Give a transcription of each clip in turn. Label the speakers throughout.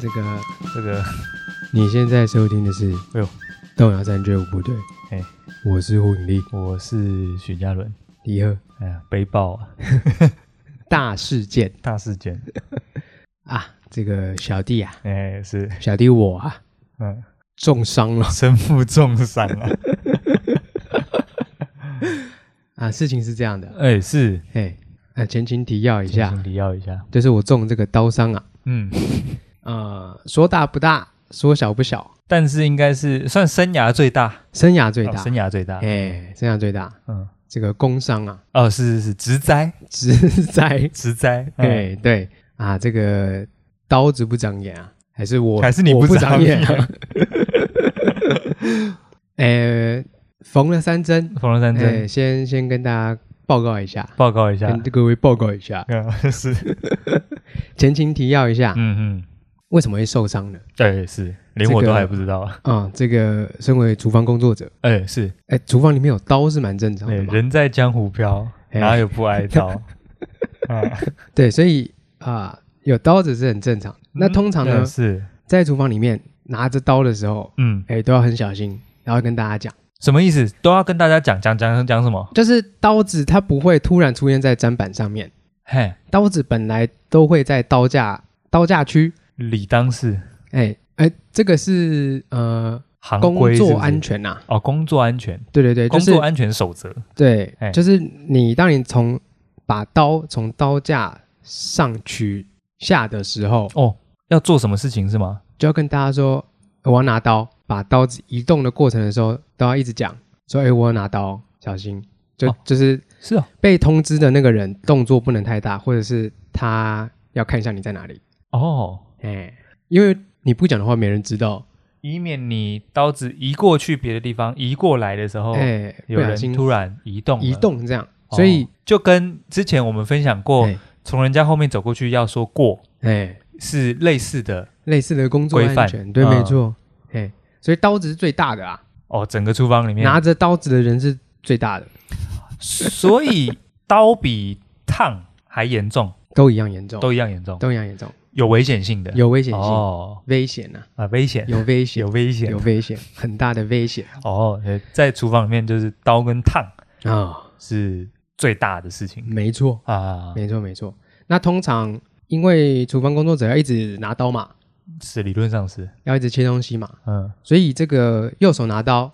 Speaker 1: 这个
Speaker 2: 这个
Speaker 1: 你现在收听的是《
Speaker 2: 哎呦
Speaker 1: 动摇战队伍部队》，
Speaker 2: 哎，
Speaker 1: 我是胡永利，
Speaker 2: 我是许嘉伦，
Speaker 1: 李贺。
Speaker 2: 哎呀，背包啊，
Speaker 1: 大事件
Speaker 2: 大事件，
Speaker 1: 啊，这个小弟啊，
Speaker 2: 哎，是，
Speaker 1: 小弟我啊，
Speaker 2: 嗯，
Speaker 1: 重伤了
Speaker 2: 身负重伤啊，
Speaker 1: 啊。事情是这样的，
Speaker 2: 哎，是，
Speaker 1: 哎，啊，前情提要一下，
Speaker 2: 提要一下，
Speaker 1: 就是我中这个刀伤啊，
Speaker 2: 嗯，
Speaker 1: 呃，说大不大，说小不小，
Speaker 2: 但是应该是算生涯最大，
Speaker 1: 生涯最
Speaker 2: 哦
Speaker 1: 大
Speaker 2: 生，涯最大，
Speaker 1: 哎，生涯最大，
Speaker 2: 嗯，
Speaker 1: 这个工伤啊，
Speaker 2: 哦，是是是，植栽，
Speaker 1: 只在，
Speaker 2: 植栽，哎，
Speaker 1: 哎，对啊，这个刀子不长眼啊，还是我
Speaker 2: 还是你
Speaker 1: 我不
Speaker 2: 不长
Speaker 1: 眼
Speaker 2: 眼
Speaker 1: 啊？呃，缝了三针，
Speaker 2: 冯龙山
Speaker 1: 哎，
Speaker 2: 针，啊
Speaker 1: 先先跟大家报告一下，
Speaker 2: 报告一下，
Speaker 1: 跟各位报告一下，
Speaker 2: 嗯，是，
Speaker 1: 前情提要一下，
Speaker 2: 嗯嗯，
Speaker 1: 为什么会受伤呢？
Speaker 2: 哎，是，连我
Speaker 1: 这个
Speaker 2: 都还不知道，
Speaker 1: 啊、这个身为厨房工作者，
Speaker 2: 哎，是，
Speaker 1: 哎，厨房里面有刀是蛮正常
Speaker 2: 哎，
Speaker 1: 的嘛，
Speaker 2: 人在江湖飘，
Speaker 1: 哎
Speaker 2: 哪有不挨 刀？啊，
Speaker 1: 对，所以啊、有刀子是很正常。那通常呢，
Speaker 2: 嗯是，
Speaker 1: 在厨房里面拿着刀的时候，
Speaker 2: 嗯，
Speaker 1: 哎，都要很小心，然后跟大家讲，
Speaker 2: 什么意思？都要跟大家讲讲讲讲什么？
Speaker 1: 就是刀子它不会突然出现在砧板上面，
Speaker 2: 嘿，
Speaker 1: 刀子本来都会在刀架刀架区，
Speaker 2: 理当是
Speaker 1: 哎哎，这个是呃
Speaker 2: 行
Speaker 1: 工
Speaker 2: 规是不是
Speaker 1: 作安全呐、
Speaker 2: 哦，工作安全，
Speaker 1: 对对对，就
Speaker 2: 工
Speaker 1: 是
Speaker 2: 作安全守则。
Speaker 1: 对
Speaker 2: 哎，
Speaker 1: 就是你当你从把刀从刀架上取下的时候，
Speaker 2: 哦，要做什么事情是吗？
Speaker 1: 就要跟大家说呃我要拿刀，把刀子移动的过程的时候，都要一直讲说，哎、我要拿刀，小心。就、
Speaker 2: 哦
Speaker 1: 就是啊
Speaker 2: 是哦，
Speaker 1: 被通知的那个人动作不能太大，或者是他要看一下你在哪里，
Speaker 2: 哦，
Speaker 1: 哎、因为你不讲的话，没人知道，
Speaker 2: 以免你刀子移过去别的地方，移过来的时候，
Speaker 1: 哎、
Speaker 2: 哦有
Speaker 1: 不小
Speaker 2: 人
Speaker 1: 心
Speaker 2: 突然移动了
Speaker 1: 移，动这样，
Speaker 2: 哦
Speaker 1: 所以
Speaker 2: 就跟之前我们分享过
Speaker 1: 哎，
Speaker 2: 从人家后面走过去要说过
Speaker 1: 哎、
Speaker 2: 是类似的
Speaker 1: 类似的工作
Speaker 2: 规范
Speaker 1: 安全，对，
Speaker 2: 嗯
Speaker 1: 没错，哎、所以刀子是最大的啊。
Speaker 2: 哦，整个厨房里面
Speaker 1: 拿着刀子的人是最大的，
Speaker 2: 所以刀比烫还严 重，
Speaker 1: 都一样严重，
Speaker 2: 都一样严重，
Speaker 1: 都一样严重，
Speaker 2: 有危险性的，
Speaker 1: 有危险性，
Speaker 2: 哦
Speaker 1: 危险呐、
Speaker 2: 啊，危险，
Speaker 1: 有危险
Speaker 2: 有，危险
Speaker 1: 有危险，很大的危险
Speaker 2: 哦。呃在厨房里面，就是刀跟烫
Speaker 1: 啊、
Speaker 2: 是最大的事情
Speaker 1: 没错，
Speaker 2: 啊，
Speaker 1: 没错，没错。那通常因为厨房工作者要一直拿刀嘛，
Speaker 2: 是理论上是，
Speaker 1: 要一直切东西嘛，
Speaker 2: 嗯，
Speaker 1: 所以这个右手拿刀，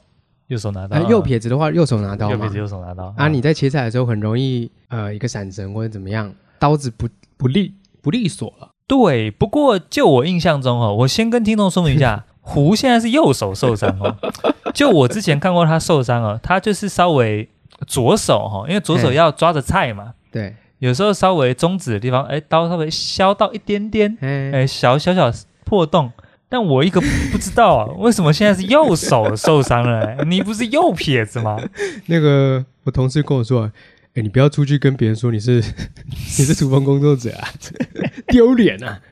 Speaker 2: 右手拿刀啊
Speaker 1: 呃，，右撇子的话，右手拿刀
Speaker 2: 右
Speaker 1: 嘛
Speaker 2: 撇子，，右手拿刀
Speaker 1: 啊，你在切菜的时候很容易呃一个闪神或者怎么样，刀子不不利不利索了，
Speaker 2: 对。不过就我印象中哦，我先跟听众说明一 下，胡现在是右手受伤哦。就我之前看过他受伤哦，他就是稍微左手哈、哦，因为左手
Speaker 1: 嘿
Speaker 2: 要抓着菜嘛，
Speaker 1: 对，
Speaker 2: 有时候稍微中指的地方，哎，刀稍微削到一点点，
Speaker 1: 哎、
Speaker 2: 哎，小小小破洞。但我一个不知道啊，为什么现在是右手受伤了、哎你不是右撇子吗？
Speaker 1: 那个我同事跟我说：“哎、你不要出去跟别人说你是 你是厨房工作者 啊，丢脸啊，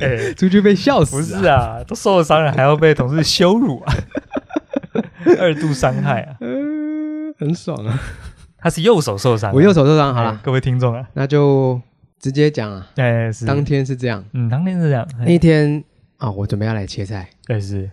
Speaker 2: 哎，
Speaker 1: 出去被笑死、啊。”
Speaker 2: 不是，啊，都受伤了还要被同事羞辱啊， 二度伤害啊！
Speaker 1: 嗯、很爽啊！
Speaker 2: 他是右手受伤啊、
Speaker 1: 我右手受伤，好
Speaker 2: 哎
Speaker 1: 了，
Speaker 2: 各位听众啊，
Speaker 1: 那就直接讲啊。
Speaker 2: 哎是，
Speaker 1: 当天是这样，
Speaker 2: 嗯当天是这样，哎
Speaker 1: 那天啊、我准备要来切菜，
Speaker 2: 哎是，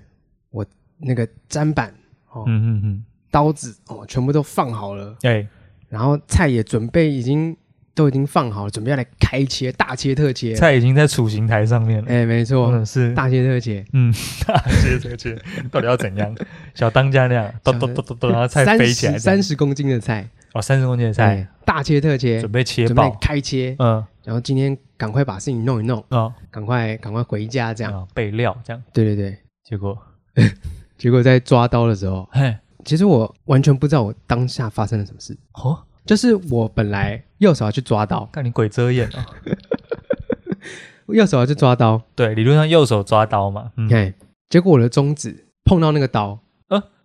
Speaker 1: 那个砧板、哦
Speaker 2: 嗯嗯嗯，
Speaker 1: 刀子哦，全部都放好了，
Speaker 2: 哎
Speaker 1: 然后菜也准备已经都已经放好了，准备要来开切，大切特切。
Speaker 2: 菜已经在处刑台上面了，
Speaker 1: 哎、没错，
Speaker 2: 嗯是，
Speaker 1: 大切特切，
Speaker 2: 嗯， 大切这个切到底要怎样？小当家那样，咚咚咚咚咚，然后菜
Speaker 1: 三
Speaker 2: 飞起来
Speaker 1: 十
Speaker 2: 这样，
Speaker 1: 三十公斤的菜，
Speaker 2: 哦，三十公斤的菜
Speaker 1: 哎，大切特切，
Speaker 2: 准备切
Speaker 1: 准备
Speaker 2: 爆，
Speaker 1: 开切，
Speaker 2: 嗯，
Speaker 1: 然后今天赶快把事情弄一弄，
Speaker 2: 哦，
Speaker 1: 赶快赶快回家这
Speaker 2: 这
Speaker 1: 样。
Speaker 2: 样备料这样，
Speaker 1: 对对对，
Speaker 2: 结果，
Speaker 1: 结果在抓刀的时候，
Speaker 2: 嘿，
Speaker 1: 其实我完全不知道我当下发生了什么事，
Speaker 2: 哦，
Speaker 1: 就是我本来右手要去抓刀，
Speaker 2: 看你鬼遮眼哦。
Speaker 1: 右手要去抓刀，
Speaker 2: 对，理论上右手抓刀嘛，嗯，
Speaker 1: 哎、结果我的中指碰到那个刀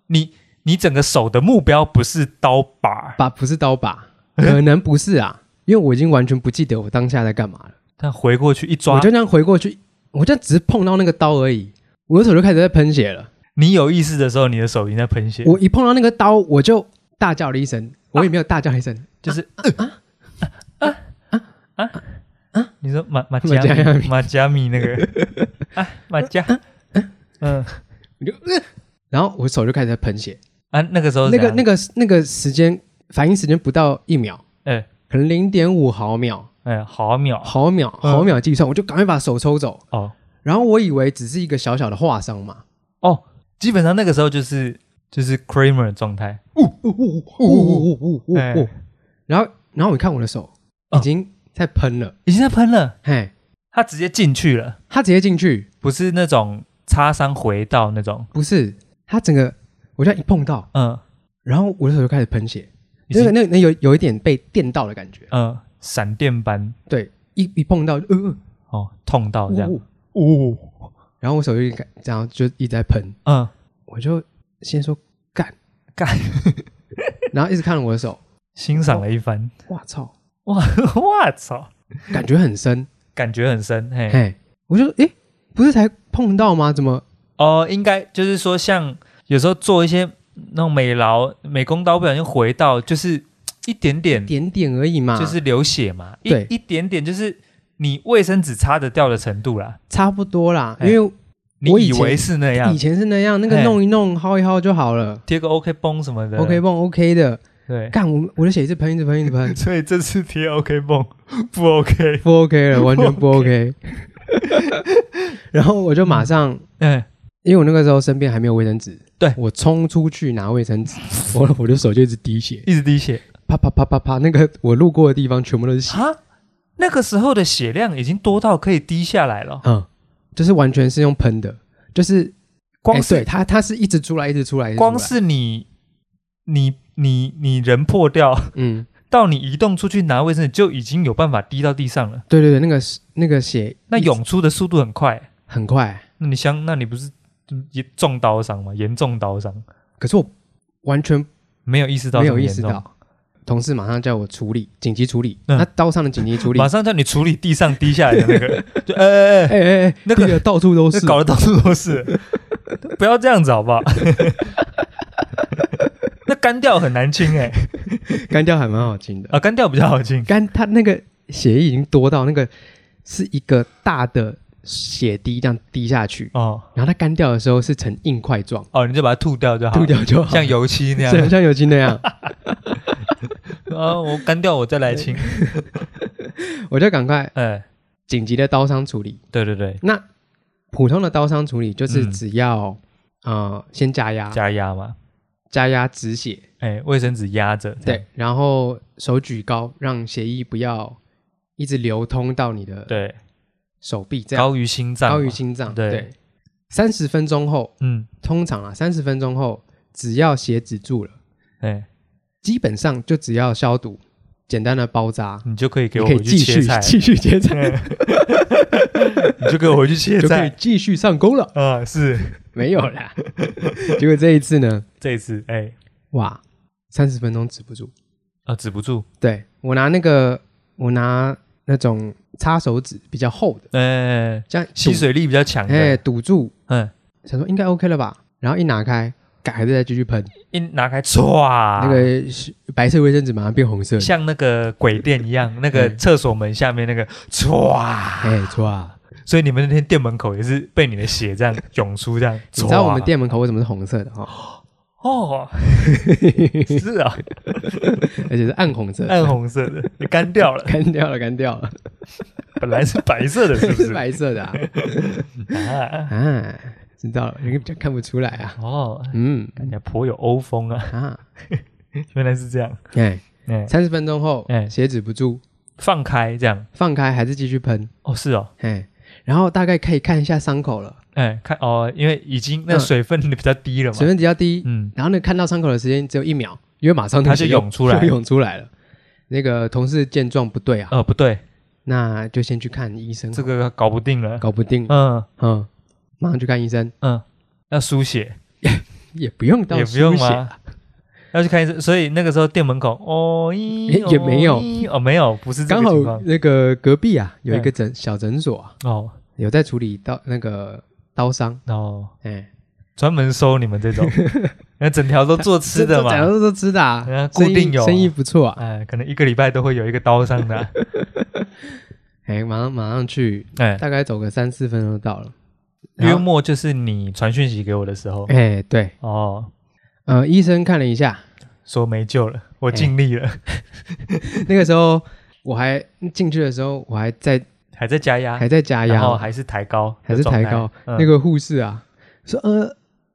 Speaker 2: 你你整个手的目标不是刀把，
Speaker 1: 把不是刀 把，可能不是啊，因为我已经完全不记得我当下在干嘛了，
Speaker 2: 但回过去一
Speaker 1: 我
Speaker 2: 抓，
Speaker 1: 就这样回过去，我就只是碰到那个刀而已，我的手就开始在喷血了。
Speaker 2: 你有意识的时候，你的手已经在喷血，
Speaker 1: 我一碰到那个刀，我就大叫了一声，我也没有大叫一声，
Speaker 2: 就是你说马马
Speaker 1: 马
Speaker 2: 加
Speaker 1: 加米
Speaker 2: 马加米那个 啊马加，嗯
Speaker 1: 你就、呃然后我手就开始在喷血，
Speaker 2: 啊那个时候
Speaker 1: 那个那
Speaker 2: 个
Speaker 1: 个那个时间反应时间不到一秒，
Speaker 2: 哎
Speaker 1: 可能零点五毫秒、
Speaker 2: 哎毫秒
Speaker 1: 毫秒、
Speaker 2: 嗯
Speaker 1: 毫秒计算，我就赶快把手抽走。
Speaker 2: 哦
Speaker 1: 然后我以为只是一个小小的划伤嘛，
Speaker 2: 哦，基本上那个时候就是就是 Kramer 的状态，
Speaker 1: 呜呜呜呜呜呜呜
Speaker 2: 哎
Speaker 1: 呜，然后然后我看我的手已经在喷了，
Speaker 2: 已经在喷了，
Speaker 1: 嘿，
Speaker 2: 他直接进去了，
Speaker 1: 他直接进去，
Speaker 2: 不是那种擦伤回到那种，
Speaker 1: 不是他整个我这样一碰到，
Speaker 2: 嗯
Speaker 1: 然后我的手就开始喷血，
Speaker 2: 已经
Speaker 1: 那个那个那有有一点被电到的感觉，
Speaker 2: 嗯闪电般
Speaker 1: 对，一一碰到就呃
Speaker 2: 哦痛到
Speaker 1: 呃，
Speaker 2: 这样，
Speaker 1: 呜
Speaker 2: 哦
Speaker 1: 然后我手就一直这样就一直在喷，
Speaker 2: 嗯
Speaker 1: 我就先说干
Speaker 2: 干，
Speaker 1: 然后一直看我的手，
Speaker 2: 欣赏了一番，
Speaker 1: 哇操，
Speaker 2: 哇 哇操，
Speaker 1: 感觉很深，
Speaker 2: 感觉很深嘿。
Speaker 1: 嘿，我就诶，不是才碰到吗？怎么
Speaker 2: 哦，应该就是说，像有时候做一些那种美劳、美工刀，不小心回到就是一点点，
Speaker 1: 点点而已嘛，
Speaker 2: 就是流血嘛，一
Speaker 1: 嗯对
Speaker 2: 一点点，就是你卫生纸擦得掉的程度啦。
Speaker 1: 差不多啦，因
Speaker 2: 嘿
Speaker 1: 为
Speaker 2: 你
Speaker 1: 我以
Speaker 2: 以
Speaker 1: 前
Speaker 2: 为是那
Speaker 1: 以
Speaker 2: 哎样，哎
Speaker 1: 前是那样，那个
Speaker 2: 嘿
Speaker 1: 弄一弄、薅一薅就好了
Speaker 2: 贴个 OK 绷什么的
Speaker 1: ，OK 泵 OK 的。
Speaker 2: 对。，
Speaker 1: 干，我我的血一直喷，一直喷，一直喷
Speaker 2: 所以这次贴 OK 绷不 OK，
Speaker 1: 不 OK 了，完全不
Speaker 2: 不
Speaker 1: OK。然后我就马上，
Speaker 2: 嗯，
Speaker 1: 因为我那个时候身边还没有卫生纸，
Speaker 2: 对
Speaker 1: 我冲出去拿卫生纸，我我的手就一直滴血，
Speaker 2: 一直滴血
Speaker 1: 啪啪啪啪啪，那个我路过的地方全部都 是血，
Speaker 2: 啊。那个时候的血量已经多到可以滴下来了，
Speaker 1: 嗯，就是完全是用喷的，就是
Speaker 2: 光
Speaker 1: 哎
Speaker 2: 是、
Speaker 1: 对它它是一直出来，一直出来，一直出来
Speaker 2: 光是你你你你人破掉，
Speaker 1: 嗯，
Speaker 2: 到你移动出去拿卫生纸就已经有办法滴到地上了，
Speaker 1: 对对对，那个那个血
Speaker 2: 那涌出的速度很快，
Speaker 1: 很快，
Speaker 2: 那你相那你不是嗯也重刀伤吗？严重刀伤，
Speaker 1: 可是我完全
Speaker 2: 没有意识到，
Speaker 1: 没有意识，到，同事马上叫我处理，紧急处理。
Speaker 2: 嗯
Speaker 1: 那刀上的紧急处理，
Speaker 2: 马
Speaker 1: 哎
Speaker 2: 上叫你处理地上滴下来的 那个，就哎哎哎，
Speaker 1: 哎哎，
Speaker 2: 那个
Speaker 1: 滴得到处都
Speaker 2: 那
Speaker 1: 是，
Speaker 2: 搞得到处都是， 不要这样子好不好？ 那干掉很难清哎、
Speaker 1: 干掉还蛮好清的。
Speaker 2: 啊，干掉比较好清，
Speaker 1: 干他那个血液已经多到那个是一个大的血滴这样滴下去，
Speaker 2: 哦
Speaker 1: 然后它干掉的时候是成硬块状，
Speaker 2: 哦，你就把它吐掉就好，
Speaker 1: 吐掉就好，
Speaker 2: 像油漆那样，
Speaker 1: 对像油漆那样，
Speaker 2: 啊，我干掉我再来清，
Speaker 1: 我就赶快
Speaker 2: 哎、
Speaker 1: 紧急的刀伤处理。
Speaker 2: 对对对，
Speaker 1: 那普通的刀伤处理就是
Speaker 2: 嗯
Speaker 1: 只要呃先加压，
Speaker 2: 加压嘛，
Speaker 1: 加压止血，
Speaker 2: 哎，卫生纸压着，这样
Speaker 1: 对，然后手举高，让血液不要一直流通到你的
Speaker 2: 对，
Speaker 1: 手臂，这样
Speaker 2: 高于心脏嘛，
Speaker 1: 高于心脏。
Speaker 2: 对
Speaker 1: 对，三十分钟后，
Speaker 2: 嗯，
Speaker 1: 通常啊，三十分钟后，只要血止住了，
Speaker 2: 哎，
Speaker 1: 基本上就只要消毒，简单的包扎，
Speaker 2: 你就可以给
Speaker 1: 你
Speaker 2: 我
Speaker 1: 可以
Speaker 2: 回
Speaker 1: 继
Speaker 2: 去
Speaker 1: 续
Speaker 2: 切菜， 哎
Speaker 1: 继续切菜，
Speaker 2: 你就给我回去切
Speaker 1: 就可以
Speaker 2: 菜
Speaker 1: 继续上工了。
Speaker 2: 啊，是
Speaker 1: 没有 啦，结果这一次呢，
Speaker 2: 这一次，哎，
Speaker 1: 哇，三十分钟止不住。
Speaker 2: 啊，止不住，
Speaker 1: 对我拿那个，我拿那种擦手纸比较厚的，
Speaker 2: 哎，
Speaker 1: 这样
Speaker 2: 吸
Speaker 1: 堵
Speaker 2: 水力比较强
Speaker 1: 哎，
Speaker 2: 的，
Speaker 1: 堵住，
Speaker 2: 嗯，
Speaker 1: 想说应该 OK 了吧，然后一拿开，改还是再继续喷，
Speaker 2: 一拿开，唰，
Speaker 1: 那个是白色卫生纸马上变红色的，
Speaker 2: 像那个鬼店 一样，那个
Speaker 1: 嗯
Speaker 2: 厕所门下面那个唰，
Speaker 1: 哎，错啊！
Speaker 2: 所以你们那天店门口也是被你的血这样涌出，这 样，
Speaker 1: 你知道我们
Speaker 2: 唰
Speaker 1: 店门口为什么是红色的 哈？
Speaker 2: 哦，是 啊，
Speaker 1: 而且是暗红色，
Speaker 2: 暗红色的，你干掉了，
Speaker 1: 干掉了，干掉了，
Speaker 2: 本来是白色的，是不
Speaker 1: 是
Speaker 2: 是？
Speaker 1: 白色的啊！
Speaker 2: 啊
Speaker 1: 啊，知道了，你比较看不出来啊。
Speaker 2: 哦，
Speaker 1: 嗯
Speaker 2: 感觉颇有欧风啊，
Speaker 1: 啊，
Speaker 2: 原来是这样。
Speaker 1: 哎，
Speaker 2: 哎，
Speaker 1: 三十分钟后，
Speaker 2: 哎
Speaker 1: 血止不住，
Speaker 2: 放开这样。
Speaker 1: 放开还是继续喷，
Speaker 2: 哦，是哦，
Speaker 1: 哎，然后大概可以看一下伤口了，
Speaker 2: 哎，看哦，因为已经那
Speaker 1: 嗯
Speaker 2: 水分比较低了嘛
Speaker 1: 水，分比较低，
Speaker 2: 嗯，
Speaker 1: 然后呢，看到伤口的时间只有一秒，因为马上那个
Speaker 2: 它就
Speaker 1: 血
Speaker 2: 涌出来
Speaker 1: 就涌出来了。那个同事见状不对啊，
Speaker 2: 呃，不对，
Speaker 1: 那就先去看医生，
Speaker 2: 这个搞不定了，
Speaker 1: 搞不定，
Speaker 2: 嗯
Speaker 1: 嗯，马上去看医生，
Speaker 2: 嗯，要输血
Speaker 1: 也不用到
Speaker 2: 也
Speaker 1: 输
Speaker 2: 不用
Speaker 1: 血
Speaker 2: 吗？要去看医生，所以那个时候店门口哦咦，
Speaker 1: 也也没有
Speaker 2: 哦咦哦，没有，不是这
Speaker 1: 刚
Speaker 2: 个情
Speaker 1: 好
Speaker 2: 况嗯
Speaker 1: 那个隔壁啊有一个诊小诊所啊，
Speaker 2: 哦，
Speaker 1: 有在处理刀那个刀伤，
Speaker 2: 然后
Speaker 1: 哎，
Speaker 2: 专门收你们这 种，那整条都做吃的嘛
Speaker 1: 假，如都知道啊
Speaker 2: 嗯，
Speaker 1: 生意
Speaker 2: 固定有
Speaker 1: 生意不错啊，
Speaker 2: 哎，可能一个礼拜都会有一个刀伤的啊，
Speaker 1: 哎，马上马上去，
Speaker 2: 哎，
Speaker 1: 大概走个三四分钟就到了。然
Speaker 2: 约
Speaker 1: 后
Speaker 2: 莫就是你传讯息给我的时候，
Speaker 1: 哎，对，
Speaker 2: 哦，
Speaker 1: 呃，医生看了一下，
Speaker 2: 说没救了，我尽力了，
Speaker 1: 哎那个时候我还进去的时候，我还在
Speaker 2: 还在加压，
Speaker 1: 还在加
Speaker 2: 啊然后
Speaker 1: 压，
Speaker 2: 还是抬高
Speaker 1: 还
Speaker 2: 的
Speaker 1: 是
Speaker 2: 状态，
Speaker 1: 抬高。
Speaker 2: 嗯
Speaker 1: 那个护士啊，说呃，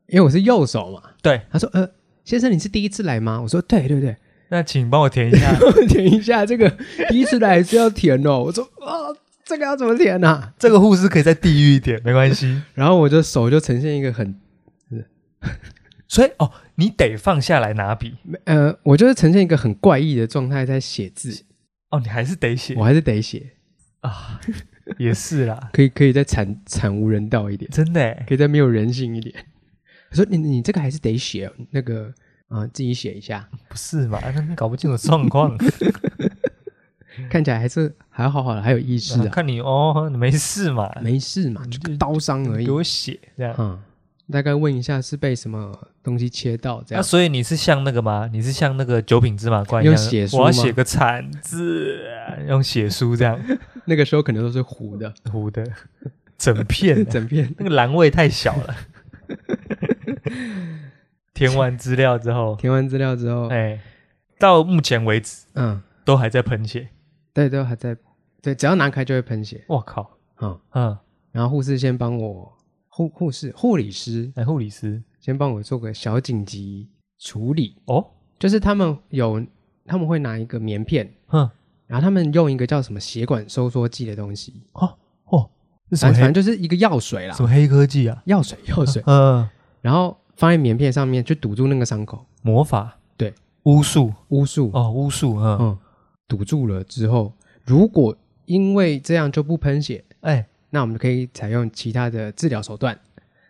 Speaker 1: 因为我是右手嘛，
Speaker 2: 对，
Speaker 1: 他说呃，先生你是第一次来吗？我说对对 对，
Speaker 2: 那请帮我填一下，
Speaker 1: 填一下这个第一次来是要填哦。我说啊，这个要怎么填啊？
Speaker 2: 这个护士可以再地狱一点，没关系。
Speaker 1: 然后我的手就呈现一个很
Speaker 2: 所以哦，你得放下来拿笔
Speaker 1: 呃，我就是呈现一个很怪异的状态在写字，
Speaker 2: 哦，你还是得写
Speaker 1: 我还是得写，
Speaker 2: 啊，也是啦，
Speaker 1: 可以可以再惨惨无人道一点，
Speaker 2: 真的欸
Speaker 1: 可以再没有人性一点。我说你你这个还是得写哦那个啊、自己写一下，
Speaker 2: 不是嘛？那你搞不清楚状 况，
Speaker 1: 看起来还是还好好的，还有意识
Speaker 2: 啊
Speaker 1: 啊，
Speaker 2: 看你哦，你没事嘛，
Speaker 1: 没事嘛，嗯就个刀伤而已
Speaker 2: 嗯给。我写这样。
Speaker 1: 嗯，大概问一下是被什么东西切到这
Speaker 2: 那
Speaker 1: 样。
Speaker 2: 所以你是像那个吗？你是像那个九品芝麻官一样，
Speaker 1: 用血书
Speaker 2: 我要
Speaker 1: 吗
Speaker 2: 写个惨字， 用血书 这样
Speaker 1: 那个时候可能都是糊 的，
Speaker 2: 糊的，整片的
Speaker 1: 整片
Speaker 2: 那个栏位太小 了。填完资料之后，
Speaker 1: 填完资料之后，
Speaker 2: 哎，到目前为止
Speaker 1: 嗯，
Speaker 2: 都还在喷血。
Speaker 1: 对，都还在，对，只要拿开就会喷血。
Speaker 2: 我靠，
Speaker 1: 嗯，
Speaker 2: 嗯，
Speaker 1: 然后护士先帮我护护士护理师
Speaker 2: 哎，护理师
Speaker 1: 先帮我做个小紧急处理，
Speaker 2: 哦，
Speaker 1: 就是他们有他们会拿一个棉片，
Speaker 2: 哼，
Speaker 1: 然后他们用一个叫什么血管收缩剂的东西，
Speaker 2: 哦哦，是什
Speaker 1: 反
Speaker 2: 么
Speaker 1: 正
Speaker 2: 黑
Speaker 1: 反正就是一个药水啦
Speaker 2: 什，么黑科技啊？
Speaker 1: 药水药水，
Speaker 2: 嗯，
Speaker 1: 然后放在棉片上面去堵住那个伤口，
Speaker 2: 魔法
Speaker 1: 对
Speaker 2: 巫术
Speaker 1: 巫术，
Speaker 2: 哦，巫术，嗯，
Speaker 1: 嗯，堵住了之后，如果因为这样就不喷血，
Speaker 2: 哎
Speaker 1: 那我们可以采用其他的治疗手段，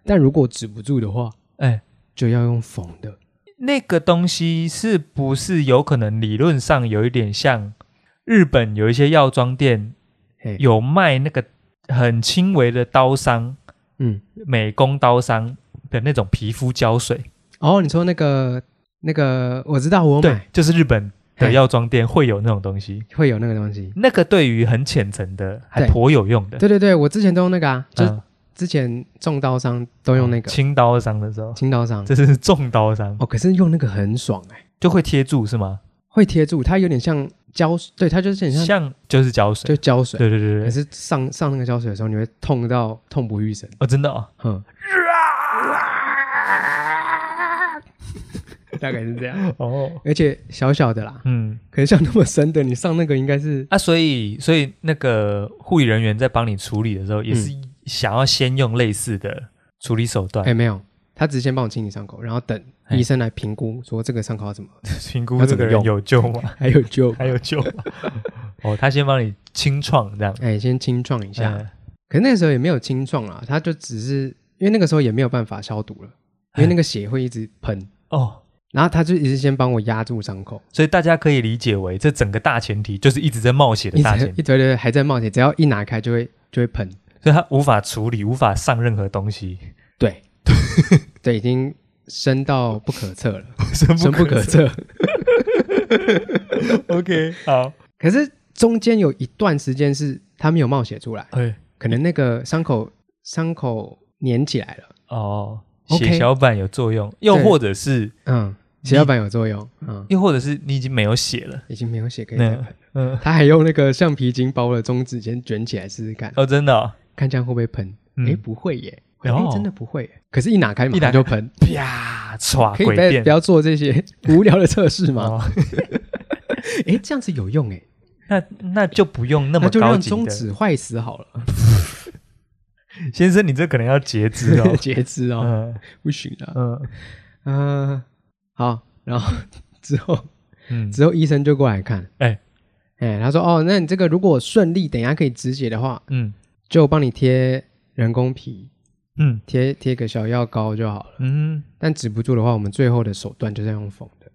Speaker 1: 但如果止不住的话，
Speaker 2: 哎，
Speaker 1: 就要用缝的。
Speaker 2: 那个东西是不是有可能理论上有一点像日本有一些药妆店
Speaker 1: 嘿，
Speaker 2: 有卖那个很轻微的刀伤、
Speaker 1: 嗯，
Speaker 2: 美工刀伤的那种皮肤胶水？
Speaker 1: 哦，你说那个那个，我知道我
Speaker 2: 对
Speaker 1: 买，
Speaker 2: 就是日本的
Speaker 1: 嘿
Speaker 2: 药妆店会有那种东西。
Speaker 1: 会有那个东西。
Speaker 2: 那个对于很浅层的还
Speaker 1: 对
Speaker 2: 颇有用的，
Speaker 1: 对对对，我之前都用那个啊，就是
Speaker 2: 嗯
Speaker 1: 之前中刀伤都用那个
Speaker 2: 轻哦刀伤的时候，
Speaker 1: 轻刀伤。
Speaker 2: 这是重刀伤，
Speaker 1: 哦，可是用那个很爽哎、
Speaker 2: 就会贴住是吗？
Speaker 1: 会贴住，它有点像胶，对，它就是有点像
Speaker 2: 像就是胶水，
Speaker 1: 就胶水。
Speaker 2: 对对对
Speaker 1: 可
Speaker 2: 对，
Speaker 1: 是上上那个胶水的时候，你会痛到痛不欲生。
Speaker 2: 哦，真的哦，
Speaker 1: 哼， 大概是这样。
Speaker 2: 哦，
Speaker 1: 而且小小的啦，
Speaker 2: 嗯
Speaker 1: 可是像那么深的，你上那个应该是
Speaker 2: 啊，所以所以那个护理人员在帮你处理的时候，也是想要先用类似的处理手段
Speaker 1: 嗯哎、，没有，他只是先帮我清理伤口，然后等
Speaker 2: 哎
Speaker 1: 医生来评估说这个伤口要怎么
Speaker 2: 评估
Speaker 1: 要
Speaker 2: 这
Speaker 1: 怎
Speaker 2: 个
Speaker 1: 么
Speaker 2: 人
Speaker 1: 用
Speaker 2: 有救吗？
Speaker 1: 还有救。
Speaker 2: 还有救 吗？哦，他先帮你清创这样，
Speaker 1: 哎、先清创一下。
Speaker 2: 嗯
Speaker 1: 可那个时候也没有清创啦，他就只是因为那个时候也没有办法消毒了，因为那个血会一直喷，
Speaker 2: 哦，
Speaker 1: 然后他就一直先帮我压住伤口，
Speaker 2: 所以大家可以理解为这整个大前提就是一直在冒血
Speaker 1: 一
Speaker 2: 的大
Speaker 1: 直
Speaker 2: 前
Speaker 1: 一
Speaker 2: 提，
Speaker 1: 直对对还在冒血，只要一拿开就会就会喷，
Speaker 2: 所以他无法处理，无法上任何东西，
Speaker 1: 对 对，已经深到不可测了，
Speaker 2: 深
Speaker 1: 深不可。 测。
Speaker 2: OK，好，
Speaker 1: 可是中间有一段时间是他没有冒血出来，
Speaker 2: 哎，
Speaker 1: 可能那个伤口伤口粘起来了，
Speaker 2: 哦，
Speaker 1: OK
Speaker 2: 血小板有作用，又
Speaker 1: 对
Speaker 2: 或者是，
Speaker 1: 嗯，血小板有作用，嗯，
Speaker 2: 又或者是你已经没有血了，
Speaker 1: 已经没有血可以再
Speaker 2: 那
Speaker 1: 喷。
Speaker 2: 嗯，
Speaker 1: 他还用那个橡皮筋把我的中指先卷起来试试看，
Speaker 2: 哦，真的哦，
Speaker 1: 看这样会不会喷。
Speaker 2: 嗯
Speaker 1: 哎、不会耶，哎、
Speaker 2: 哦
Speaker 1: 真的不会耶。可是，一拿开马
Speaker 2: 一打
Speaker 1: 上就
Speaker 2: 开
Speaker 1: 喷，
Speaker 2: 啪，歘，
Speaker 1: 可以
Speaker 2: 鬼
Speaker 1: 不要
Speaker 2: 变
Speaker 1: 不要做这 些无聊的测试吗？
Speaker 2: 哦，
Speaker 1: 哎、这样子有用哎，
Speaker 2: 那那就不用
Speaker 1: 那
Speaker 2: 那么
Speaker 1: 就
Speaker 2: 高
Speaker 1: 让
Speaker 2: 级
Speaker 1: 中
Speaker 2: 的，
Speaker 1: 指坏死好了，
Speaker 2: 先生，你这可能要截肢哦，
Speaker 1: 截肢哦，
Speaker 2: 嗯
Speaker 1: 不行啊。
Speaker 2: 嗯
Speaker 1: 嗯、好，然后 之后
Speaker 2: 嗯，
Speaker 1: 之后医生就过来看，
Speaker 2: 哎
Speaker 1: 哎、他说哦，那你这个如果顺利，等一下可以止血的话，
Speaker 2: 嗯
Speaker 1: 就帮你贴人工皮，
Speaker 2: 嗯
Speaker 1: 贴贴个小药膏就好了。
Speaker 2: 嗯，
Speaker 1: 但止不住的话，我们最后的手段就是要用缝的，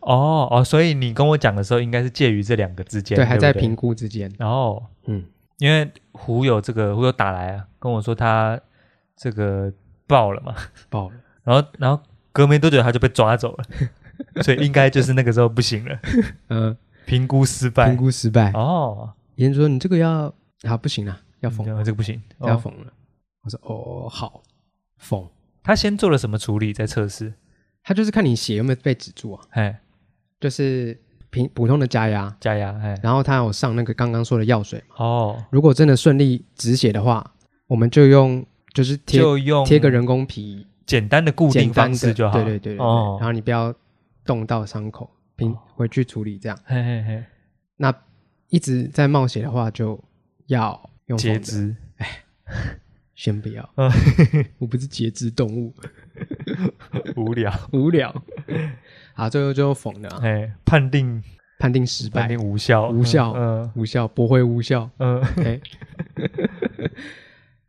Speaker 2: 哦哦，所以你跟我讲的时候，应该是介于这两个之间，
Speaker 1: 对，还
Speaker 2: 不
Speaker 1: 在评，估之间，
Speaker 2: 然后
Speaker 1: 嗯。
Speaker 2: 因为胡友这个胡友打来啊，跟我说他这个爆了嘛，
Speaker 1: 爆了。
Speaker 2: 然后然后隔没多久他就被抓 走了，所以应该就是那个时候不行了，
Speaker 1: 嗯，
Speaker 2: 评估失败
Speaker 1: 呃评。估失败。
Speaker 2: 哦，
Speaker 1: 医生说你这个要他不行啊，要缝，
Speaker 2: 嗯这个不行。
Speaker 1: 要
Speaker 2: 哦、
Speaker 1: 缝了。我说哦，好，缝。
Speaker 2: 他先做了什么处理在测试？
Speaker 1: 他就是看你血有没有被止住啊，
Speaker 2: 哎，
Speaker 1: 就是平普通的加压，
Speaker 2: 加压，哎，
Speaker 1: 然后他有上那个刚刚说的药水嘛。
Speaker 2: 哦，
Speaker 1: 如果真的顺利止血的话，我们就用就是贴
Speaker 2: 就用
Speaker 1: 贴个人工皮，
Speaker 2: 简单的固
Speaker 1: 简
Speaker 2: 定
Speaker 1: 单
Speaker 2: 方
Speaker 1: 的
Speaker 2: 式就好
Speaker 1: 对
Speaker 2: 了。
Speaker 1: 对对对对
Speaker 2: 哦
Speaker 1: 然后你不要动到伤口，平
Speaker 2: 哦
Speaker 1: 回去处理这样。
Speaker 2: 嘿嘿嘿，
Speaker 1: 那一直在冒血的话，就要用
Speaker 2: 截
Speaker 1: 缝的，
Speaker 2: 肢，
Speaker 1: 先不要
Speaker 2: 嗯。
Speaker 1: 我不是截肢动物，
Speaker 2: 无聊，
Speaker 1: 无聊。好，最后最后缝的啊，
Speaker 2: 哎，判定
Speaker 1: 判定失
Speaker 2: 判
Speaker 1: 败，
Speaker 2: 定无效，
Speaker 1: 无效
Speaker 2: 嗯
Speaker 1: 无效，驳回无效。
Speaker 2: 嗯，嗯
Speaker 1: OK，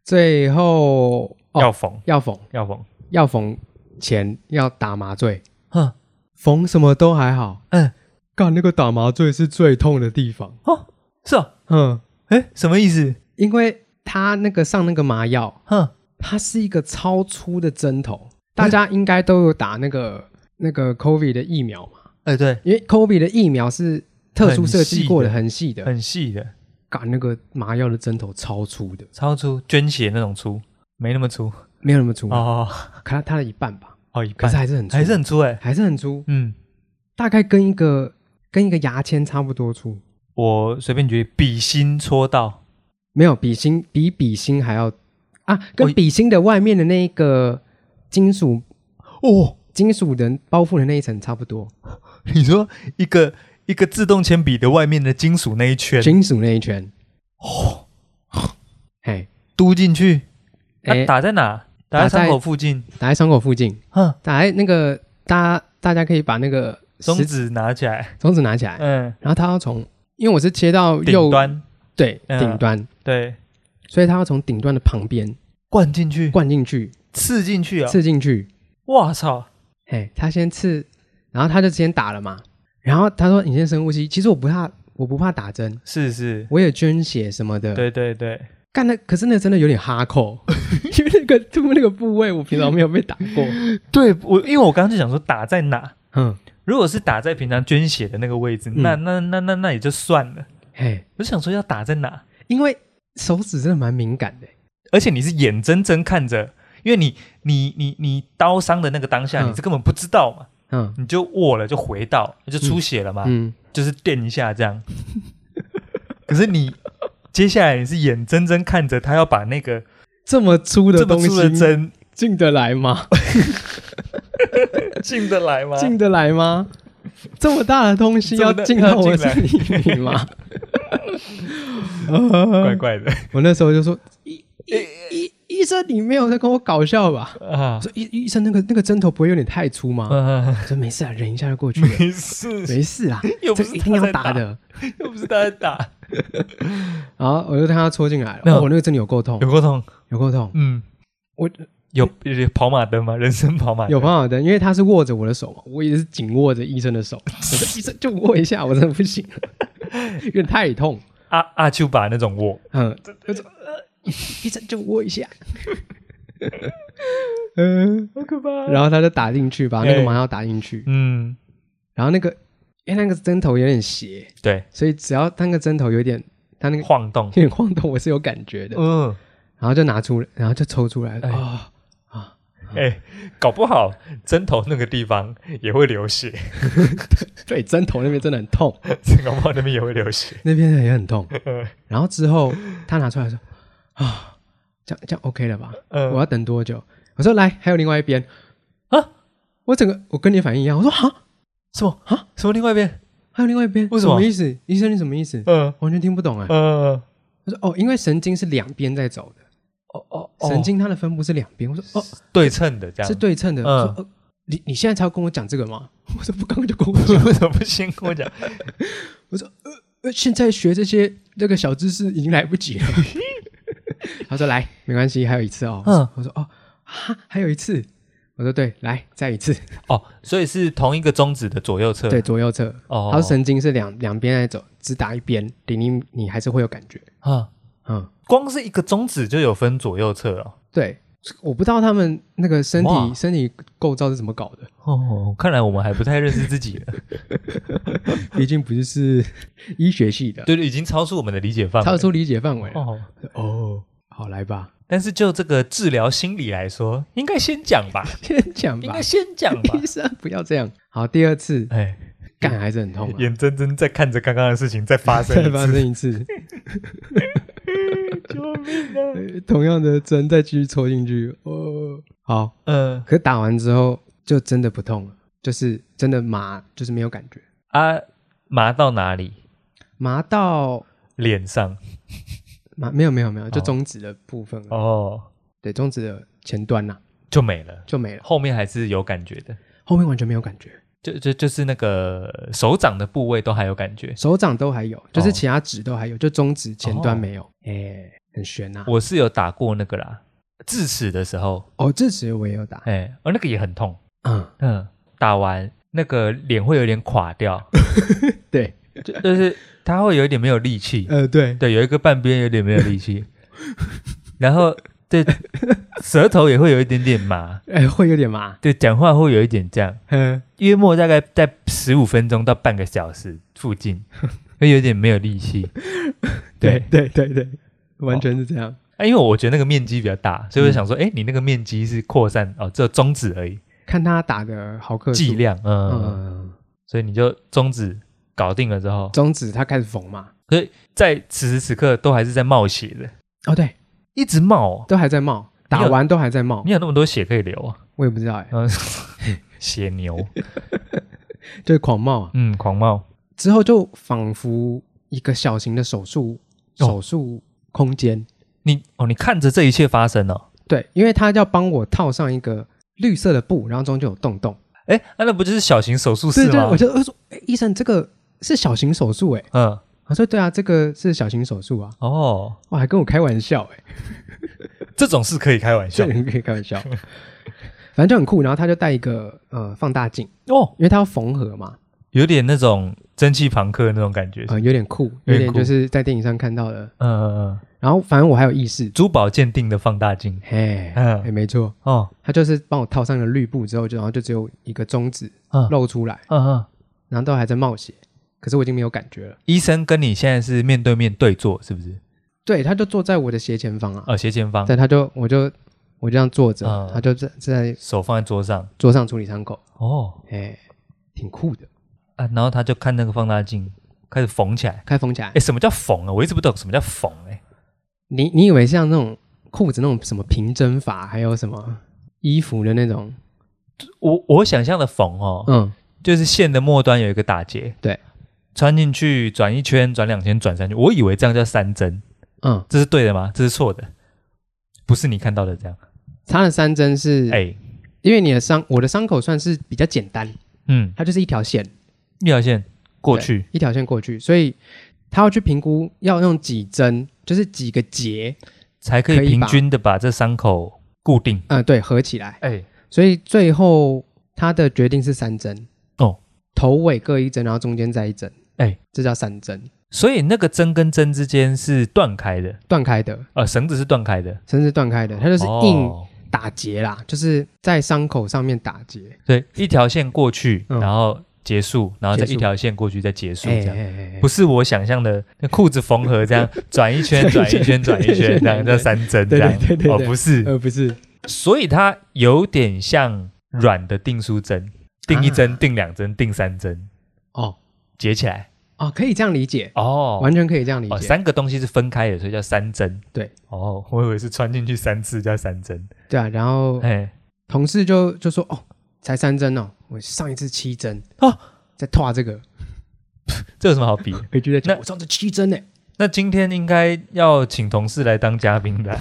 Speaker 1: 最后哦
Speaker 2: 要缝
Speaker 1: 要缝
Speaker 2: 要缝，
Speaker 1: 要缝前要打麻醉，
Speaker 2: 哼，
Speaker 1: 缝什么都还好，
Speaker 2: 嗯，
Speaker 1: 干那个打麻醉是最痛的地方，
Speaker 2: 哦，是哦，
Speaker 1: 嗯，
Speaker 2: 哎，什么意思？
Speaker 1: 因为他那个上那个麻药，
Speaker 2: 哼，
Speaker 1: 它是一个超粗的针头，大家应该都有打那个那个 COVID 的疫苗嘛，
Speaker 2: 哎，对，
Speaker 1: 因为 COVID 的疫苗是特殊设计过的，很细的，
Speaker 2: 很细的，
Speaker 1: 干那个麻药的针头超粗的，
Speaker 2: 超粗，捐血那种粗，没那么粗
Speaker 1: 没有那么粗，
Speaker 2: 哦
Speaker 1: 可它它的一半吧，
Speaker 2: 哦，一
Speaker 1: 可
Speaker 2: 半
Speaker 1: 是还是很粗，
Speaker 2: 还是很粗哎，
Speaker 1: 还是很粗，
Speaker 2: 嗯，
Speaker 1: 大概跟一个跟一个牙签差不多粗，
Speaker 2: 我随便举例，笔芯戳到，
Speaker 1: 没有比心比比心还要啊，
Speaker 2: 我
Speaker 1: 跟比心的外面的那一个金属
Speaker 2: 哦，
Speaker 1: 金属的包覆的那一层差不多，
Speaker 2: 你说一个一个自动铅笔的外面的金属那一圈
Speaker 1: 金属那一圈，
Speaker 2: 哦，
Speaker 1: 嘿，
Speaker 2: 嘟进去，
Speaker 1: 哎、
Speaker 2: 啊打在哪？打
Speaker 1: 打
Speaker 2: 在
Speaker 1: 在
Speaker 2: 伤口附近，
Speaker 1: 打在伤口附近，
Speaker 2: 哼，
Speaker 1: 打在那个大家大家可以把那个
Speaker 2: 中
Speaker 1: 食
Speaker 2: 指拿起来，
Speaker 1: 中指拿起来，
Speaker 2: 嗯，
Speaker 1: 然后它要从，因为我是切到哎右
Speaker 2: 顶端，
Speaker 1: 对
Speaker 2: 嗯
Speaker 1: 顶端，
Speaker 2: 对，
Speaker 1: 所以它要从顶端的旁边
Speaker 2: 灌进去，
Speaker 1: 灌进去，
Speaker 2: 刺进去啊！
Speaker 1: 刺进去，
Speaker 2: 哇操，
Speaker 1: 嘿，他先刺，然后他就先打了嘛。然后他说：“你先深呼吸。”其实我不怕，我不怕打针，
Speaker 2: 是是，
Speaker 1: 我也捐血什么的。，
Speaker 2: 对对对，
Speaker 1: 干的，可是那真的有点哈扣， 因为那个肚那个部位我平常没有被打过。
Speaker 2: 对我，因为我刚刚就想说打在哪，
Speaker 1: 嗯，
Speaker 2: 如果是打在平常捐血的那个位置，
Speaker 1: 嗯
Speaker 2: 那那那那那也就算了。
Speaker 1: 嘿，
Speaker 2: 我就想说要打在哪，
Speaker 1: 因为手指真的蛮敏感的。
Speaker 2: 而且你是眼睁睁看着，因为你你你你刀伤的那个当下，
Speaker 1: 嗯
Speaker 2: 你是根本不知道嘛，
Speaker 1: 嗯
Speaker 2: 你就握了就回到就出血了嘛，
Speaker 1: 嗯，
Speaker 2: 就是电一下这样。 可是你接下来你是眼睁睁看着他要把那个
Speaker 1: 这么粗的
Speaker 2: 这么
Speaker 1: 东西
Speaker 2: 粗的针
Speaker 1: 进得来吗？
Speaker 2: 进得来吗？
Speaker 1: 进得来吗？这么大的东西
Speaker 2: 啊这
Speaker 1: 要
Speaker 2: 么大
Speaker 1: 进到我
Speaker 2: 要进来
Speaker 1: 身体里吗？ 呃
Speaker 2: 怪怪的
Speaker 1: 我那时候就说：“医
Speaker 2: 呃
Speaker 1: 医医医生，你没有在跟我搞笑吧？”
Speaker 2: 啊
Speaker 1: 我，说：“医医生，那个那个针头不会有点太粗吗？”
Speaker 2: 嗯，
Speaker 1: 我说：“没事啊，忍一下就过去了，
Speaker 2: 没事，
Speaker 1: 没事啊，
Speaker 2: 又
Speaker 1: 这
Speaker 2: 不
Speaker 1: 个
Speaker 2: 是
Speaker 1: 一定要
Speaker 2: 他在打
Speaker 1: 的。
Speaker 2: 又不是他在打，”
Speaker 1: 然后我就让他戳进来了，
Speaker 2: 没有
Speaker 1: 哦我那个真的有够痛，
Speaker 2: 有过痛，
Speaker 1: 有够痛，
Speaker 2: 嗯，
Speaker 1: 我
Speaker 2: 有有跑马灯吗？人生跑马灯
Speaker 1: 有办法的，因为他是握着我的手嘛，我也是紧握着医生的手。我说：“医生，就握一下，我真的不行了，有点太痛。”
Speaker 2: 阿阿丘啊把那种握，
Speaker 1: 嗯，我说呃医生就握一下，嗯，
Speaker 2: 好可怕，
Speaker 1: 然后他就打进去，把那个麻药打进去，
Speaker 2: 嗯，
Speaker 1: 然后那个因为那个针头有点斜，
Speaker 2: 对，
Speaker 1: 所以只要那个针头有点，他那个
Speaker 2: 晃动
Speaker 1: 有，点晃动，我是有感觉的，
Speaker 2: 嗯，
Speaker 1: 然后就拿出来，然后就抽出来
Speaker 2: 哎
Speaker 1: 啊，
Speaker 2: 哎，搞不好针头那个地方也会流血，
Speaker 1: 对，针头那边真的很痛，
Speaker 2: 搞不好那边也会流血，
Speaker 1: 那边也很 痛
Speaker 2: 嗯，
Speaker 1: 然后之后他拿出来说啊，这样这样 OK 了吧？我
Speaker 2: 嗯，
Speaker 1: 要等多久？我说来，还有另外一边
Speaker 2: 啊，
Speaker 1: 我整个我跟你反应一样，我说啊，
Speaker 2: 什么啊？什么另外一边？
Speaker 1: 还有另外一边，
Speaker 2: 为什么
Speaker 1: 意思？医生你什么意思？
Speaker 2: 嗯
Speaker 1: 完全听不懂哎、
Speaker 2: 嗯，
Speaker 1: 他说哦，因为神经是两边在走的，
Speaker 2: 哦哦哦，
Speaker 1: 神经它的分布是两边。我说哦，
Speaker 2: 对称的这样
Speaker 1: 是，对称的。
Speaker 2: 嗯
Speaker 1: 我说、呃、你你现在才要跟我讲这个吗？ 我说不，刚刚就跟我讲。
Speaker 2: 为什么不先跟我讲？
Speaker 1: 呃现在学这些这个小知识已经来不 及了。他说来，没关系，还有一次哦。
Speaker 2: 嗯
Speaker 1: 我说哦啊，还有一次。我说对，来再一次，
Speaker 2: 哦，所以是同一个中指的左右侧，
Speaker 1: 对，左右侧。
Speaker 2: 哦，
Speaker 1: 他说神经是两两边在走，只打一边，你你你还是会有感觉。
Speaker 2: 啊，
Speaker 1: 嗯，
Speaker 2: 光是一个中指就有分左右侧哦。
Speaker 1: 对，我不知道他们那个身
Speaker 2: 哇
Speaker 1: 体身体构造是怎么搞的，
Speaker 2: 哦，看来我们还不太认识自己 了，
Speaker 1: 毕竟不是是医学系的，
Speaker 2: 对对，已经超出我们的理解范围。
Speaker 1: 超出理解范围了。
Speaker 2: 哦，
Speaker 1: 哦，好来吧，
Speaker 2: 但是就这个治疗心理来说，应该先讲吧，
Speaker 1: 先讲
Speaker 2: 应
Speaker 1: 吧
Speaker 2: 该，先讲 吧
Speaker 1: 医。生不要这样。好，第二 次
Speaker 2: 哎，
Speaker 1: 干还是很痛、啊，
Speaker 2: 眼睁睁在看着刚刚的事情再发生
Speaker 1: 再
Speaker 2: 一
Speaker 1: 发
Speaker 2: 次，
Speaker 1: 生一次，
Speaker 2: 救命啊！
Speaker 1: 呃同样的针再继续戳进去。哦，好，
Speaker 2: 嗯
Speaker 1: 可打完之后就真的不痛了，就是真的麻，就是没有感觉，
Speaker 2: 啊，麻到哪里？
Speaker 1: 麻到
Speaker 2: 脸上
Speaker 1: 麻没有没有没有，就
Speaker 2: 哦
Speaker 1: 中指的部分，啊
Speaker 2: 哦，
Speaker 1: 对，中指的前端呐、
Speaker 2: 就没了。
Speaker 1: 就没了，
Speaker 2: 后面还是有感觉的，
Speaker 1: 后面完全没有感觉，
Speaker 2: 就就就是那个手掌的部位都还有感觉。
Speaker 1: 手掌都还有，就是其他指都还有，就中指前端没有，哎、很悬啊呐、
Speaker 2: 我是有打过那个啦，智齿的时候，
Speaker 1: 哦，智齿我也有打，
Speaker 2: 哎，而那个也很痛，
Speaker 1: 嗯，
Speaker 2: 嗯，打完那个脸会有点垮掉，
Speaker 1: 对，
Speaker 2: 就就是它会有一点没有力气，
Speaker 1: 呃，对，
Speaker 2: 对，有一个半边有点没有力气， 然后对舌头也会有一点点麻，
Speaker 1: 哎、会有点麻，
Speaker 2: 对，讲话会有一点这样，
Speaker 1: 嗯，
Speaker 2: 约莫大概在十五分钟到半个小时附近，会有点没有力气，
Speaker 1: 对
Speaker 2: 对。
Speaker 1: 对对对，完全是这样，
Speaker 2: 啊，因为我觉得那个面积比较大，所以我
Speaker 1: 嗯
Speaker 2: 想说，哎、你那个面积是扩散哦，只有中指而已，
Speaker 1: 看他打的毫克数
Speaker 2: 剂，量，嗯，
Speaker 1: 嗯，
Speaker 2: 所以你就中指搞定了之后，
Speaker 1: 中指他开始缝嘛，
Speaker 2: 在此时此刻都还是在冒血的，
Speaker 1: 哦，对，
Speaker 2: 一直冒、哦，
Speaker 1: 都还在冒，打完都还在冒
Speaker 2: 你，有那么多血可以流啊，
Speaker 1: 我也不知道哎、
Speaker 2: 嗯， 血牛，
Speaker 1: 就是狂冒啊，
Speaker 2: 嗯，狂冒，
Speaker 1: 之后就仿佛一个小型的手术
Speaker 2: 哦
Speaker 1: 手术空间，
Speaker 2: 你哦，你看着这一切发生哦，
Speaker 1: 对，因为他要帮我套上一个绿色的布，然后中间有洞洞。
Speaker 2: 哎、啊，那不就是小型手术室
Speaker 1: 对
Speaker 2: 吗？
Speaker 1: 对，我就我就说，哎、医生，这个是小型手术哎、
Speaker 2: 嗯，
Speaker 1: 他说对啊，这个是小型手术啊，
Speaker 2: 哦，
Speaker 1: 哇，还跟我开玩笑哎、
Speaker 2: 这种事可以开玩 笑
Speaker 1: 这人可以开玩笑，反正就很酷。然后他就带一个呃放大镜，
Speaker 2: 哦，
Speaker 1: 因为他要缝合嘛，
Speaker 2: 有点那种蒸汽朋克那种感觉，
Speaker 1: 呃，有点酷，有
Speaker 2: 有点
Speaker 1: 点
Speaker 2: 酷
Speaker 1: 就是在电影上看到的。
Speaker 2: 嗯嗯嗯，
Speaker 1: 然后反正我还有意识，
Speaker 2: 珠宝鉴定的放大镜，
Speaker 1: 嘿，
Speaker 2: 嗯
Speaker 1: 哎，没错，
Speaker 2: 哦，
Speaker 1: 他就是帮我套上了绿布之后，就然后就只有一个中指
Speaker 2: 嗯
Speaker 1: 露出来，
Speaker 2: 嗯嗯。
Speaker 1: 然后都还在冒血，可是我已经没有感觉了。
Speaker 2: 医生跟你现在是面对面对坐，是不是？
Speaker 1: 对，他就坐在我的斜前方啊，
Speaker 2: 呃，斜前方，
Speaker 1: 对，他就我就我就这样坐着，
Speaker 2: 嗯
Speaker 1: 他就在在
Speaker 2: 手放在桌上。
Speaker 1: 桌上处理伤口，
Speaker 2: 哦，
Speaker 1: 哎，挺酷的，
Speaker 2: 啊，然后他就看那个放大镜，开始缝起来。
Speaker 1: 开缝起来
Speaker 2: 哎，。什么叫缝啊？我一直不懂什么叫缝哎。
Speaker 1: 你你以为像那种裤子那种什么平针法，还有什么衣服的那种，
Speaker 2: 我我想象的缝哦，
Speaker 1: 嗯，
Speaker 2: 就是线的末端有一个打结，
Speaker 1: 对，
Speaker 2: 穿进去转一圈，转两圈，转三圈。我以为这样叫三针，
Speaker 1: 嗯，
Speaker 2: 这是对的吗？这是错的，不是你看到的这样。
Speaker 1: 他的三针是，
Speaker 2: 哎，
Speaker 1: 因为你的伤，我的伤口算是比较简单，
Speaker 2: 嗯，
Speaker 1: 它就是一条线
Speaker 2: 一条线过去，
Speaker 1: 一条线过去，所以他要去评估要用几针，就是几个结，
Speaker 2: 才可以
Speaker 1: 可以
Speaker 2: 平
Speaker 1: 把
Speaker 2: 均的把这伤口固定。
Speaker 1: 嗯、对，合起来。
Speaker 2: 哎，
Speaker 1: 所以最后他的决定是三针
Speaker 2: 哦，
Speaker 1: 头尾各一针，然后中间再一针，
Speaker 2: 哎
Speaker 1: 这叫三针，
Speaker 2: 所以那个针跟针之间是断开的。
Speaker 1: 断开的，
Speaker 2: 呃，绳子是断开的，
Speaker 1: 甚至断开的，它就是硬
Speaker 2: 哦
Speaker 1: 打结啦，就是在伤口上面打结，
Speaker 2: 对，一条线过去，
Speaker 1: 嗯
Speaker 2: 然后结束，然后再
Speaker 1: 结束
Speaker 2: 一条线过去，再结束，
Speaker 1: 哎
Speaker 2: 这样。
Speaker 1: 哎哎
Speaker 2: 不是我想象的那裤子缝 合这样转一圈转一圈转一圈这样叫三针这
Speaker 1: 对对
Speaker 2: 样
Speaker 1: 对对
Speaker 2: 哦
Speaker 1: 对
Speaker 2: 不是，
Speaker 1: 呃不是，
Speaker 2: 所以它有点像软的订书针，订一针
Speaker 1: 啊
Speaker 2: 订两针订三针
Speaker 1: 哦
Speaker 2: 结起来
Speaker 1: 哦，可以这样理解，
Speaker 2: 哦
Speaker 1: 完全可以这样理
Speaker 2: 哦
Speaker 1: 解，
Speaker 2: 三个东西是分开的，所以叫三针
Speaker 1: 对
Speaker 2: 哦我以为是穿进去三次叫三针
Speaker 1: 对啊。然后
Speaker 2: 哎
Speaker 1: 同事就就说哦，才三针哦，我上一次七针
Speaker 2: 哦，
Speaker 1: 在拓这个
Speaker 2: 这有什么好比 的？
Speaker 1: 回去再讲，
Speaker 2: 那
Speaker 1: 我上次七针呢，
Speaker 2: 那今天应该要请同事来当嘉宾的，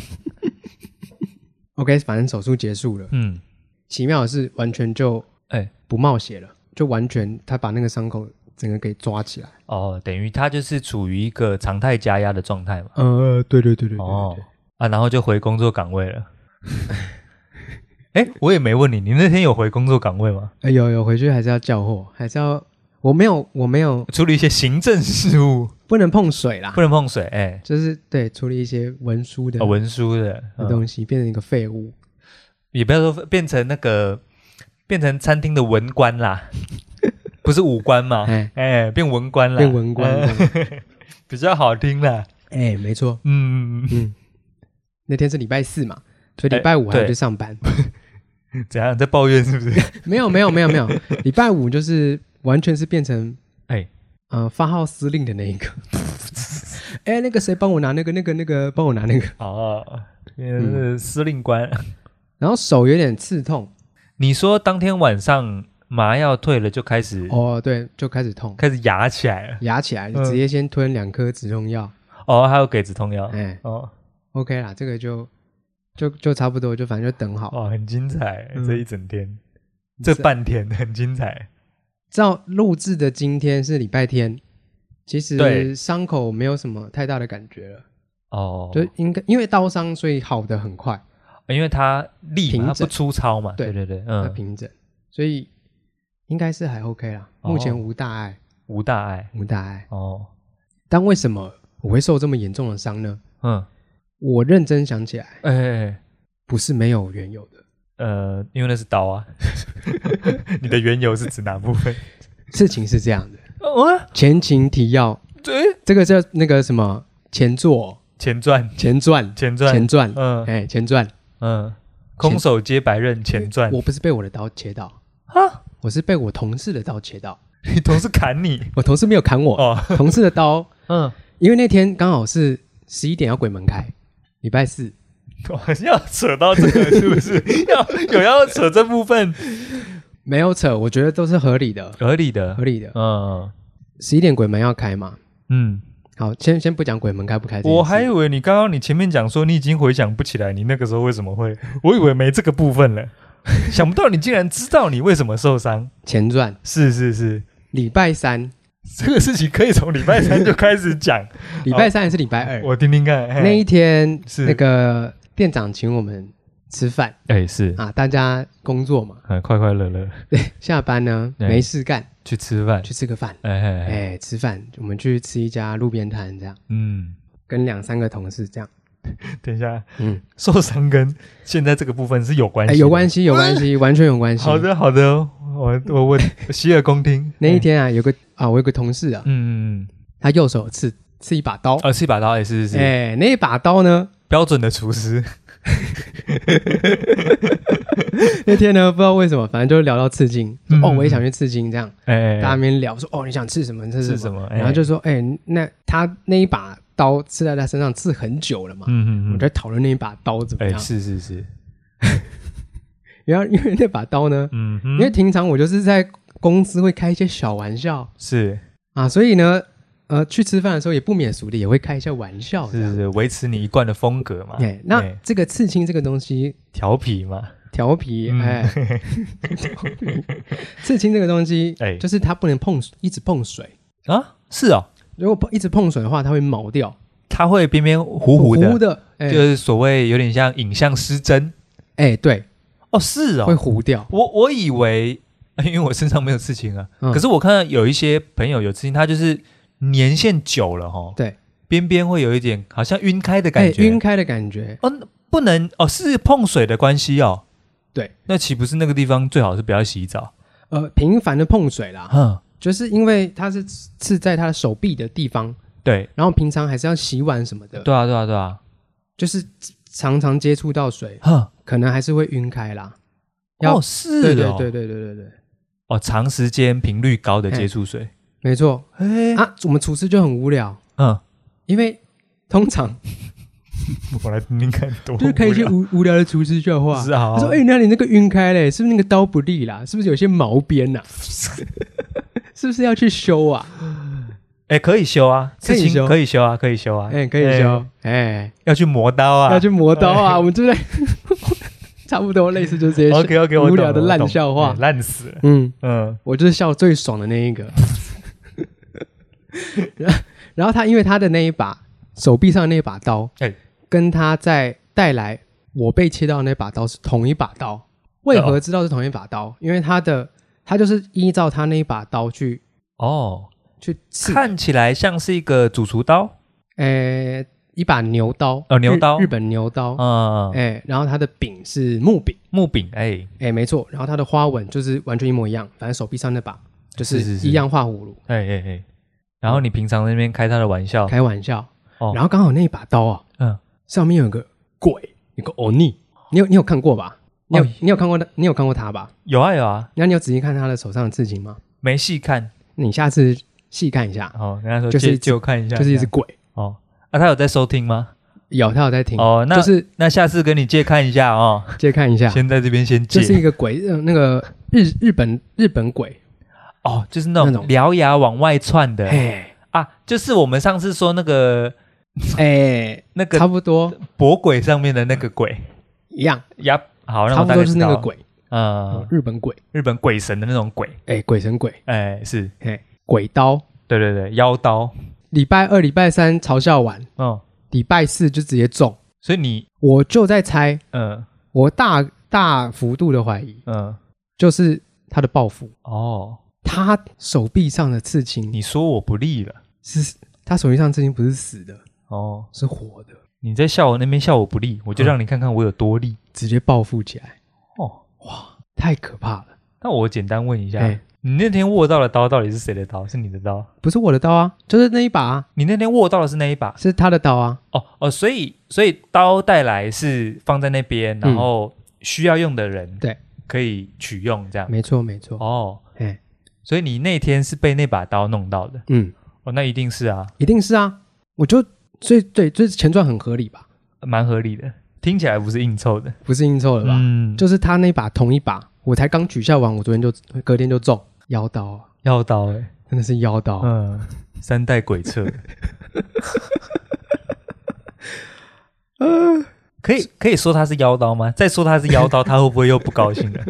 Speaker 1: OK，反正手术结束了。
Speaker 2: 嗯，
Speaker 1: 奇妙的是，完全就
Speaker 2: 哎
Speaker 1: 不冒血了，就完全他把那个伤口整个给抓起来。
Speaker 2: 哦，等于他就是处于一个常态加压的状态嘛，
Speaker 1: 呃，对对对对
Speaker 2: 哦啊，然后就回工作岗位 了。哎，我也没问你，你那天有回工作岗位吗？
Speaker 1: 哎有有回去还是要叫货，还是要我没有我没有
Speaker 2: 处理一些行政事务，
Speaker 1: 不能碰水啦哦
Speaker 2: 不，能碰水，哎，
Speaker 1: 就是对处理一些文书的
Speaker 2: 啊文书的，
Speaker 1: 的
Speaker 2: 嗯
Speaker 1: 东西变成一个废物，
Speaker 2: 也不要说变成那个变成餐厅的文官 啦，不是武官嘛？
Speaker 1: 哎
Speaker 2: 哎，变文官啦，
Speaker 1: 变文官
Speaker 2: 哎 比较好听啦。
Speaker 1: 哎，没错，
Speaker 2: 嗯，
Speaker 1: 嗯，那天是礼拜四嘛，所以
Speaker 2: 哎
Speaker 1: 礼拜五还要
Speaker 2: 对
Speaker 1: 去上班。
Speaker 2: 怎样在抱怨是不是？
Speaker 1: 没有没有没有没有，礼拜五就是完全是变成
Speaker 2: 哎
Speaker 1: 呃发号司令的那一个。 哎，那个谁帮我拿那个那个那个帮我拿那个，
Speaker 2: 哦，变成是司令官。
Speaker 1: 然后手有点刺痛
Speaker 2: 你说当天晚上麻药退了，就开始、
Speaker 1: 哦，对，就开始痛，
Speaker 2: 开始哑起来了。
Speaker 1: 压起来
Speaker 2: 嗯
Speaker 1: 就直接先吞两颗止痛药。
Speaker 2: 哦，还有给止痛药。
Speaker 1: 哎
Speaker 2: 哦
Speaker 1: ，OK 啦，这个就就就差不多，就反正就等好。
Speaker 2: 哦，很精彩，
Speaker 1: 嗯
Speaker 2: 这一整天，这半天 很精彩。
Speaker 1: 照录制的今天是礼拜天，其
Speaker 2: 对
Speaker 1: 实伤口没有什么太大的感觉了，
Speaker 2: 哦，
Speaker 1: 就应该因为刀伤，所以好的很快，
Speaker 2: 因为它力嘛，
Speaker 1: 平
Speaker 2: 它
Speaker 1: 整
Speaker 2: 不粗糙嘛。对
Speaker 1: 对
Speaker 2: 对对，
Speaker 1: 它
Speaker 2: 嗯，
Speaker 1: 平整，所以应该是还 OK 啦，
Speaker 2: 哦
Speaker 1: 目前无大碍，
Speaker 2: 无大碍。
Speaker 1: 无大碍。
Speaker 2: 哦，
Speaker 1: 但为什么我会受这么严重的伤呢？
Speaker 2: 嗯，
Speaker 1: 我认真想起来，
Speaker 2: 哎、哎哎
Speaker 1: 不是没有缘由的，
Speaker 2: 呃，因为那是刀 啊。你的缘由是指哪部分？
Speaker 1: 事情是这样的，
Speaker 2: 啊，
Speaker 1: 前情提要，
Speaker 2: 对，
Speaker 1: 这个叫那个什么前作、
Speaker 2: 前传，
Speaker 1: 前传、
Speaker 2: 前传，
Speaker 1: 前传，
Speaker 2: 嗯
Speaker 1: 哎，前传，
Speaker 2: 嗯，空手接白刃，前传。
Speaker 1: 我不是被我的刀切到，
Speaker 2: 啊，
Speaker 1: 我是被我同事的刀切到。
Speaker 2: 你同事砍你
Speaker 1: 我同事没有砍我，
Speaker 2: 哦，
Speaker 1: 同事的刀，
Speaker 2: 嗯，
Speaker 1: 因为那天刚好是十一点要鬼门开，礼拜四，
Speaker 2: 我要扯到这个是不是？要有要扯这部分
Speaker 1: 没有扯，我觉得都是合理的，
Speaker 2: 合理的
Speaker 1: 合，理的。
Speaker 2: 嗯
Speaker 1: 十一点鬼门要开嘛，
Speaker 2: 嗯，
Speaker 1: 好，先先不讲鬼门开不开这件事，
Speaker 2: 我还以为你刚刚你前面讲说你已经回想不起来你那个时候为什么会，我以为没这个部分了，想不到你竟然知道你为什么受伤。
Speaker 1: 前传
Speaker 2: 是是是，
Speaker 1: 礼拜三，
Speaker 2: 这个事情可以从礼拜三就开始讲，
Speaker 1: 礼拜三还是礼拜二？
Speaker 2: 哦我听听看。
Speaker 1: 那一天
Speaker 2: 是
Speaker 1: 那个店长请我们吃饭
Speaker 2: 哎是，
Speaker 1: 啊，大家工作嘛，
Speaker 2: 很快快乐乐
Speaker 1: 下班呢
Speaker 2: 对
Speaker 1: 没事干，
Speaker 2: 去吃饭，
Speaker 1: 去吃个饭，
Speaker 2: 哎哎哎，
Speaker 1: 哎，吃饭，我们去吃一家路边摊这样，
Speaker 2: 嗯，
Speaker 1: 跟两三个同事这样，
Speaker 2: 等一下，
Speaker 1: 嗯。
Speaker 2: 受伤跟现在这个部分是有关
Speaker 1: 哎，
Speaker 2: 系，
Speaker 1: 有关。系，有关系，完全有关系。
Speaker 2: 好，的，好的，我我我 洗耳恭听。
Speaker 1: 那一天啊，有个啊，我有个同事啊，
Speaker 2: 嗯，嗯，嗯
Speaker 1: 他右手刺刺一把刀，
Speaker 2: 呃，是一把刀，也是是是
Speaker 1: 哎，那一把刀呢，
Speaker 2: 标准的厨师。
Speaker 1: 那天呢，不知道为什么，反正就聊到刺青，说
Speaker 2: 嗯
Speaker 1: 哦，我也想去刺青，这样
Speaker 2: 哎，
Speaker 1: 大家面聊说哦，你想刺什么？刺
Speaker 2: 是
Speaker 1: 什
Speaker 2: 什
Speaker 1: 么？
Speaker 2: 么？
Speaker 1: 然后就说哎，那他那一把刀刺在他身上刺很久了嘛，我
Speaker 2: 嗯嗯
Speaker 1: 们
Speaker 2: 嗯，
Speaker 1: 在讨论那一把刀怎么
Speaker 2: 哎，
Speaker 1: 样。
Speaker 2: 是是是，
Speaker 1: 然后因为那把刀呢，
Speaker 2: 嗯哼，
Speaker 1: 因为平常我就是在公司会开一些小玩笑
Speaker 2: 是
Speaker 1: 啊，所以呢，呃，去吃饭的时候也不免俗的也会开一下玩笑，这样
Speaker 2: 是。是维持你一贯的风格嘛
Speaker 1: 哎、，那
Speaker 2: 哎
Speaker 1: 这个刺青这个东西，
Speaker 2: 调皮嘛，
Speaker 1: 调皮
Speaker 2: 嗯
Speaker 1: 哎， 刺青这个东西，
Speaker 2: 哎
Speaker 1: 就是它不能碰，一直碰水。
Speaker 2: 啊，是哦，
Speaker 1: 如果碰一直碰水的话，它会毛掉，
Speaker 2: 它会边边糊糊
Speaker 1: 糊
Speaker 2: 的，
Speaker 1: 的，哎、
Speaker 2: 就是所谓有点像影像失真。
Speaker 1: 哎，对，
Speaker 2: 哦，是
Speaker 1: 会
Speaker 2: 哦，
Speaker 1: 糊掉。
Speaker 2: 我我以为，哎因为我身上没有刺青啊，
Speaker 1: 嗯
Speaker 2: 可是我看到有一些朋友有刺青，他就是年限久了哈，
Speaker 1: 对，
Speaker 2: 边边会有一点好像晕开的
Speaker 1: 哎，
Speaker 2: 感觉，
Speaker 1: 晕开的感觉，
Speaker 2: 哦，那不能哦，是碰水的关系哦。
Speaker 1: 对，
Speaker 2: 那岂不是那个地方最好是不要洗澡？
Speaker 1: 呃，频繁的碰水啦，
Speaker 2: 嗯，
Speaker 1: 就是因为它是刺在他的手臂的地方，
Speaker 2: 对，
Speaker 1: 然后平常还是要洗碗什么的，
Speaker 2: 对啊，对啊，对啊，
Speaker 1: 就是常常接触到水，
Speaker 2: 哼，
Speaker 1: 可能还是会晕开啦。要
Speaker 2: 哦，是
Speaker 1: 对对
Speaker 2: 哦，
Speaker 1: 对对对对对，
Speaker 2: 哦，长时间频率高的接触水，
Speaker 1: 没错
Speaker 2: 哎，
Speaker 1: 啊，我们厨师就很无聊。
Speaker 2: 嗯，
Speaker 1: 因为通常
Speaker 2: 我来听听看，多
Speaker 1: 就是看一些
Speaker 2: 无
Speaker 1: 无无聊的厨师笑
Speaker 2: 聊
Speaker 1: 话。
Speaker 2: 是啊
Speaker 1: 他，说：“哎、那你那个晕开嘞，是不是那个刀不利啦？是不是有些毛边 呐、是不是要去修啊？
Speaker 2: 哎，可以修啊，
Speaker 1: 可以
Speaker 2: 刺青
Speaker 1: 修
Speaker 2: 可以修啊，可以修啊，
Speaker 1: 哎、可以修，哎、
Speaker 2: 要去磨刀啊，
Speaker 1: 要去磨刀啊！我们就在 差不多类似就这些。
Speaker 2: OK OK，
Speaker 1: 无聊的烂笑话
Speaker 2: 哎烂死了，
Speaker 1: 嗯，
Speaker 2: 嗯，
Speaker 1: 我就是笑最爽的那一个。 然后然后他因为他的那一把手臂上那一把刀，
Speaker 2: 哎
Speaker 1: 跟他在带来我被切到的那把刀是同一把刀。为
Speaker 2: 哦
Speaker 1: 何知道是同一把刀？因为他的他就是依照他那一把刀去
Speaker 2: 哦，
Speaker 1: 去刺。
Speaker 2: 看起来像是一个主厨刀，
Speaker 1: 诶，一把牛刀，
Speaker 2: 哦牛
Speaker 1: 日
Speaker 2: 刀
Speaker 1: 日本牛刀，
Speaker 2: 嗯，
Speaker 1: 哎、然后它的柄是木柄，
Speaker 2: 木柄，哎，
Speaker 1: 哎、没错，然后它的花纹就是完全一模一样，反正手臂上那把就是是
Speaker 2: 是是
Speaker 1: 一样画葫芦，
Speaker 2: 哎哎哎，然后你平常在那边开他的玩笑，
Speaker 1: 开玩笑。
Speaker 2: 哦
Speaker 1: 然后刚好那一把刀啊，
Speaker 2: 嗯，
Speaker 1: 上面有个鬼，有个欧尼，你有你有看过吧？你有、
Speaker 2: 哦
Speaker 1: 你有看过的，你有看过他吧？
Speaker 2: 有啊有啊，
Speaker 1: 那你有仔细看他的手上的刺青吗？
Speaker 2: 没细看，
Speaker 1: 你下次细看一下，
Speaker 2: 哦，人家说
Speaker 1: 就是一
Speaker 2: 借
Speaker 1: 只
Speaker 2: 借我看一下，
Speaker 1: 就是一只
Speaker 2: 这样
Speaker 1: 鬼。
Speaker 2: 哦，啊，他有在收听吗？
Speaker 1: 有，他有在听，
Speaker 2: 哦，那
Speaker 1: 嗯就是
Speaker 2: 那下次跟你借看一下 哦，
Speaker 1: 借看一下，
Speaker 2: 先在这边先
Speaker 1: 就是
Speaker 2: 借，
Speaker 1: 一个鬼，呃那个日日本日本鬼，
Speaker 2: 哦，就是那
Speaker 1: 那
Speaker 2: 种
Speaker 1: 种
Speaker 2: 獠牙往外窜的
Speaker 1: 哎
Speaker 2: 啊，就是我们上次说那个
Speaker 1: 哎，
Speaker 2: 那个
Speaker 1: 差不多
Speaker 2: 博轨上面的那个鬼，
Speaker 1: 一样，
Speaker 2: 呀，好，那
Speaker 1: 差
Speaker 2: 我
Speaker 1: 不
Speaker 2: 大
Speaker 1: 多
Speaker 2: 概
Speaker 1: 就是
Speaker 2: 知
Speaker 1: 那
Speaker 2: 道
Speaker 1: 个，鬼，
Speaker 2: 嗯，
Speaker 1: 日本鬼，
Speaker 2: 日本鬼神的那种鬼，
Speaker 1: 哎，鬼神鬼，
Speaker 2: 哎，是
Speaker 1: 哎，鬼刀。
Speaker 2: 对对对，妖刀，
Speaker 1: 礼拜二、礼拜三嘲笑完，
Speaker 2: 嗯，
Speaker 1: 礼拜四就直接中，
Speaker 2: 所以你，
Speaker 1: 我就在猜，
Speaker 2: 嗯
Speaker 1: 我大大幅度的怀疑，
Speaker 2: 嗯，
Speaker 1: 就是他的报复。
Speaker 2: 哦，
Speaker 1: 他手臂上的刺青
Speaker 2: 你说我不利了，
Speaker 1: 是，他手臂上的刺青不是死的，
Speaker 2: 哦，
Speaker 1: 是活的，
Speaker 2: 你在笑我那边笑我不利，我就
Speaker 1: 嗯
Speaker 2: 让你看看我有多利，
Speaker 1: 直接报复起来，
Speaker 2: 嗯哦，
Speaker 1: 太可怕了。
Speaker 2: 那我简单问一下，
Speaker 1: 哎，
Speaker 2: 你那天握到的刀到底是谁的刀？是你的刀？
Speaker 1: 不是我的刀啊，就是那一把、啊，
Speaker 2: 你那天握到的是那一把？
Speaker 1: 是他的刀啊。
Speaker 2: 哦哦，所以所以刀带来是放在那边，然
Speaker 1: 嗯
Speaker 2: 后需要用的人
Speaker 1: 对
Speaker 2: 可以取用这样。
Speaker 1: 没错，没错。
Speaker 2: 哦，
Speaker 1: 哎，
Speaker 2: 所以你那天是被那把刀弄到的。
Speaker 1: 嗯，
Speaker 2: 哦，那一定是啊，
Speaker 1: 一定是啊。我就所以对，这前传很合理吧？
Speaker 2: 蛮合理的，听起来不是硬凑的，
Speaker 1: 不是硬凑了吧？
Speaker 2: 嗯，就
Speaker 1: 就是他那把同一把，我才刚取笑完，我昨天就隔天就中妖刀啊，
Speaker 2: 要刀哎、
Speaker 1: 真的是妖刀。啊
Speaker 2: 嗯，三代 鬼策，可以可以说他是妖刀吗？再说他是妖刀，他会不会又不高兴 了？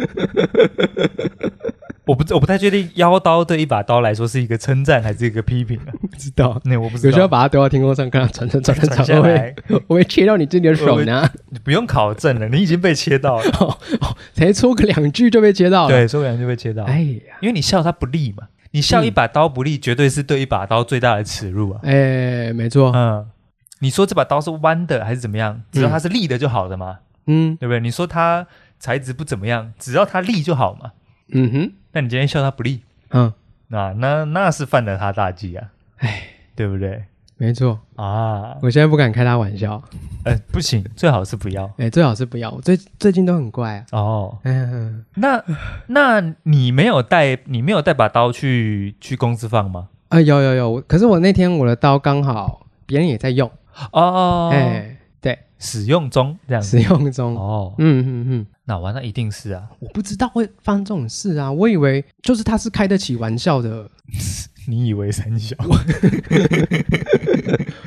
Speaker 2: 我不我不太确定妖刀对一把刀来说是一个称赞还是一个批评啊？
Speaker 1: 不知道，
Speaker 2: 那、我不知
Speaker 1: 有时候
Speaker 2: 道，
Speaker 1: 把它丢到天空上，看它传传传
Speaker 2: 传
Speaker 1: 传
Speaker 2: 下
Speaker 1: 传，我
Speaker 2: 来
Speaker 1: 会我会切到你自己的手呢，
Speaker 2: 你不用考证了，你已经被切到了，
Speaker 1: 才说个两句就被切到了。，
Speaker 2: 对，说不定就被切到了，
Speaker 1: 哎呀，嗯
Speaker 2: 因为你笑他不利嘛，你笑一把刀不利，绝对是对一把刀最大的耻辱啊。
Speaker 1: 哎，没错，
Speaker 2: 嗯，你说这把刀是弯的还是怎么样？只要它是立的就好了嘛，
Speaker 1: 嗯
Speaker 2: 对不对？你说它材质不怎么样，只要它立就好嘛。
Speaker 1: 嗯哼，
Speaker 2: 那你今天笑它不利，
Speaker 1: 嗯，
Speaker 2: 那那那是犯了他大忌啊，
Speaker 1: 哎，
Speaker 2: 对不对？
Speaker 1: 没错，
Speaker 2: 啊，
Speaker 1: 我现在不敢开他玩笑，
Speaker 2: 呃，不行，最好是不要。
Speaker 1: 哎，最好是不要，我最最近都很怪啊。
Speaker 2: 哦，
Speaker 1: 嗯，
Speaker 2: 那那你没有带你没有带把刀去去公司放吗？
Speaker 1: 啊，有有有，我可是我那天我的刀刚好别人也在用，
Speaker 2: 哦，
Speaker 1: 哎，对，
Speaker 2: 使用中这样子。
Speaker 1: 使用中，
Speaker 2: 哦，
Speaker 1: 嗯嗯嗯，
Speaker 2: 那完了，一定是啊，
Speaker 1: 我不知道会发生这种事啊，我以为就是他是开得起玩笑的，
Speaker 2: 你以为三小，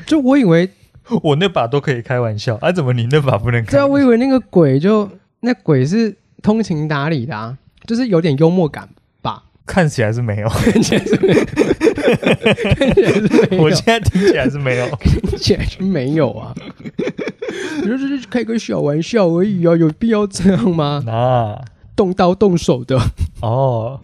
Speaker 1: 就我以为
Speaker 2: 我那把都可以开玩笑，啊，怎么你那把不能开？
Speaker 1: 对啊，我以为那个鬼就那鬼是通情达理的啊，就是有点幽默感吧，
Speaker 2: 看起来是没有，
Speaker 1: 看起来是没有，看起来是没有，
Speaker 2: 我现在听起来是没有。
Speaker 1: 看起来是没有啊。你说这是开个小玩笑而已啊，有必要这样吗？
Speaker 2: 啊，
Speaker 1: 动刀动手的，
Speaker 2: 哦，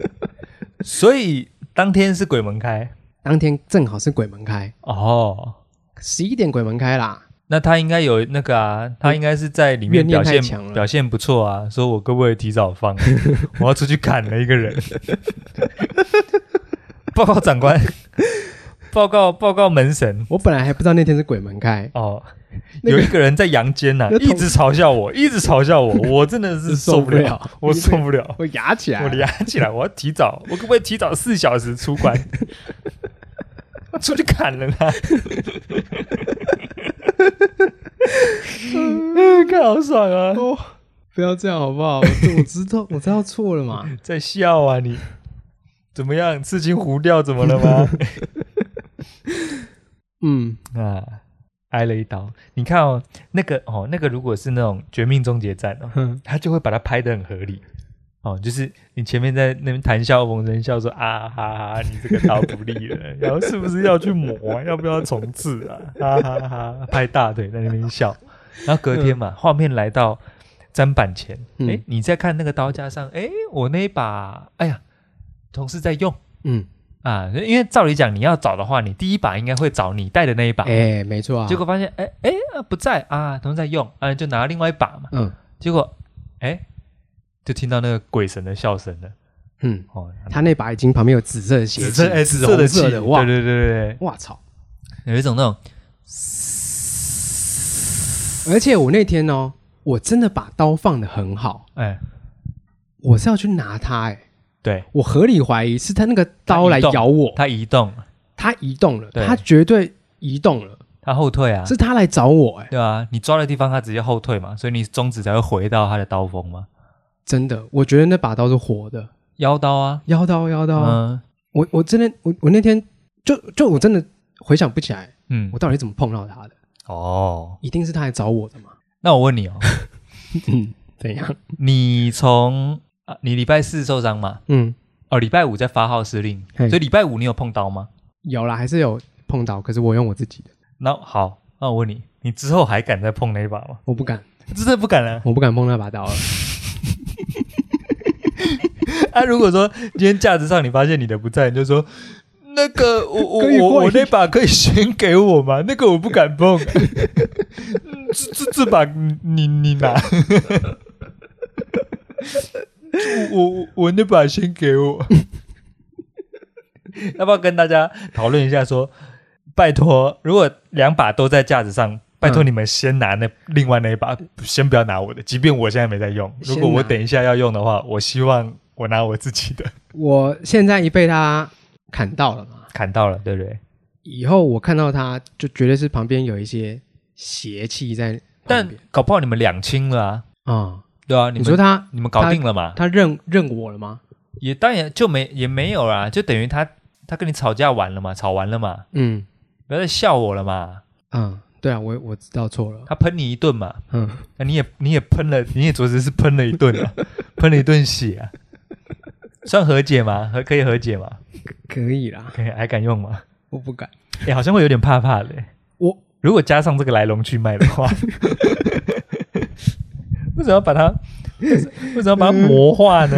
Speaker 2: 所以当天是鬼门开
Speaker 1: 当天正好是鬼门开，
Speaker 2: 哦，
Speaker 1: 十一点鬼门开啦，
Speaker 2: 那他应该有那个啊，他应该是在里面
Speaker 1: 怨念
Speaker 2: 表
Speaker 1: 太
Speaker 2: 现
Speaker 1: 强了
Speaker 2: 表现不错啊，说我可不可以提早 放？我要出去砍了一个人。 报告长官，报告报告门神。
Speaker 1: 我本来还不知道那天是鬼门开，
Speaker 2: 哦，
Speaker 1: 那个
Speaker 2: 有一个人在阳间呐、
Speaker 1: 那同
Speaker 2: 一直嘲笑我，一直嘲笑我，我真的是受
Speaker 1: 受
Speaker 2: 不
Speaker 1: 不
Speaker 2: 了，
Speaker 1: 了
Speaker 2: 我受不了，
Speaker 1: 我牙起来
Speaker 2: 我
Speaker 1: 了，
Speaker 2: 压起来，我要提早，我可不可以提早四小时出关？我出去砍啊了他，嗯看好爽啊！
Speaker 1: 哦， 不要这样好不好？我我知道我知道错了嘛，
Speaker 2: 在笑啊你，怎么样？刺青糊掉怎么了吗？
Speaker 1: 嗯，
Speaker 2: 啊，挨了一刀。你看哦，那个哦，那个如果是那种绝命终结战哦，
Speaker 1: 哼
Speaker 2: 他就会把它拍得很合理。哦，就是你前面在那边谈笑风生，笑说啊哈哈，你这个刀不利了， 然后是不是要去磨啊？要 不要重置啊？哈哈哈，拍大腿在那边笑，然后隔天嘛，画面来到砧板前，哎、
Speaker 1: 嗯
Speaker 2: 你再看那个刀架上，哎，我那一把，哎呀，同事在用，
Speaker 1: 嗯，
Speaker 2: 啊，因为照理讲，你要找的话，你第一把应该会找你带的那一把，
Speaker 1: 哎、没错啊。
Speaker 2: 结果发现，哎哎、啊不在啊，他们在用，啊就拿另外一把嘛。
Speaker 1: 嗯
Speaker 2: 结果，哎，就听到那个鬼神的笑声了。
Speaker 1: 嗯，
Speaker 2: 哦，
Speaker 1: 他那把已经旁边有紫色的血迹，
Speaker 2: 色哎，
Speaker 1: 紫
Speaker 2: 色
Speaker 1: 红
Speaker 2: 的
Speaker 1: 色
Speaker 2: 气
Speaker 1: 的，哇
Speaker 2: 对对对
Speaker 1: 哇操！
Speaker 2: 对，有一种那种，
Speaker 1: 而且我那天哦，我真的把刀放的很好，
Speaker 2: 哎，
Speaker 1: 我是要去拿它、哎，
Speaker 2: 对，
Speaker 1: 我合理怀疑是他那个刀来
Speaker 2: 它移动
Speaker 1: 咬我，
Speaker 2: 它移动，
Speaker 1: 它移动了，
Speaker 2: 对
Speaker 1: 它绝对移动了，
Speaker 2: 它后退啊，
Speaker 1: 是它来找我、哎，
Speaker 2: 对啊，你抓的地方它直接后退嘛，所以你中指才会回到它的刀锋嘛，
Speaker 1: 真的，我觉得那把刀是活的，
Speaker 2: 腰刀啊，
Speaker 1: 妖刀妖刀，
Speaker 2: 嗯
Speaker 1: 我我真的我我那天就就我真的回想不起来，
Speaker 2: 嗯
Speaker 1: 我，到底怎么碰到他的，
Speaker 2: 哦，
Speaker 1: 一定是他来找我的嘛？
Speaker 2: 那我问你哦，
Speaker 1: 嗯，怎样？
Speaker 2: 你从啊你礼拜四受伤嘛？
Speaker 1: 嗯，
Speaker 2: 哦，礼拜五在发号施令，
Speaker 1: 嘿
Speaker 2: 所以礼拜五你有碰刀吗？
Speaker 1: 有啦，还是有碰到，可是我用我自己的，
Speaker 2: 那好，那我问你，你之后还敢再碰那一把吗？
Speaker 1: 我不敢，。
Speaker 2: 真的不敢了
Speaker 1: 啊我不敢碰那把刀了。
Speaker 2: 啊，如果说今天架子上你发现你的不在，你就说那个我我
Speaker 1: 可以
Speaker 2: 我
Speaker 1: 换
Speaker 2: 我
Speaker 1: 一
Speaker 2: 那把可以先给我吗？那个我不敢碰，嗯这这这把你你你拿。我我我那把先给我， 要不要跟大家讨论一下说？拜托，如果两把都在架子上，拜托
Speaker 1: 嗯
Speaker 2: 你们先拿那、另外那一把，先不要拿我的，即便我现在没在用。如果
Speaker 1: 先拿
Speaker 2: 我等一下要用的话，我希望我拿我自己的。
Speaker 1: 我现在一被他砍到了嘛，
Speaker 2: 砍到了，对不对？
Speaker 1: 以后我看到他就绝对是旁边有一些邪气在旁
Speaker 2: 但
Speaker 1: 边
Speaker 2: 搞不好你们两清了啊，
Speaker 1: 啊、
Speaker 2: 对啊，
Speaker 1: 你
Speaker 2: 你
Speaker 1: 说
Speaker 2: 们
Speaker 1: 他
Speaker 2: 你们搞定了嘛？
Speaker 1: 他认认我了吗？
Speaker 2: 也当然就没也没有啦，就等于他他跟你吵架完了嘛，吵完了嘛，
Speaker 1: 嗯
Speaker 2: 不要再笑我了嘛，
Speaker 1: 嗯，对啊，我我知道错了。
Speaker 2: 他喷你一顿嘛，
Speaker 1: 嗯，
Speaker 2: 那你也你也喷了，你也着实是喷了一顿 啊，喷了一顿血啊，算和解吗？和可以和解吗？
Speaker 1: 可以啦，
Speaker 2: 可以还敢用吗？
Speaker 1: 我不敢。
Speaker 2: 哎、好像会有点怕怕的欸、
Speaker 1: 我
Speaker 2: 如果加上这个来龙去脉的 话，为什么要把它为什么要把它魔化呢？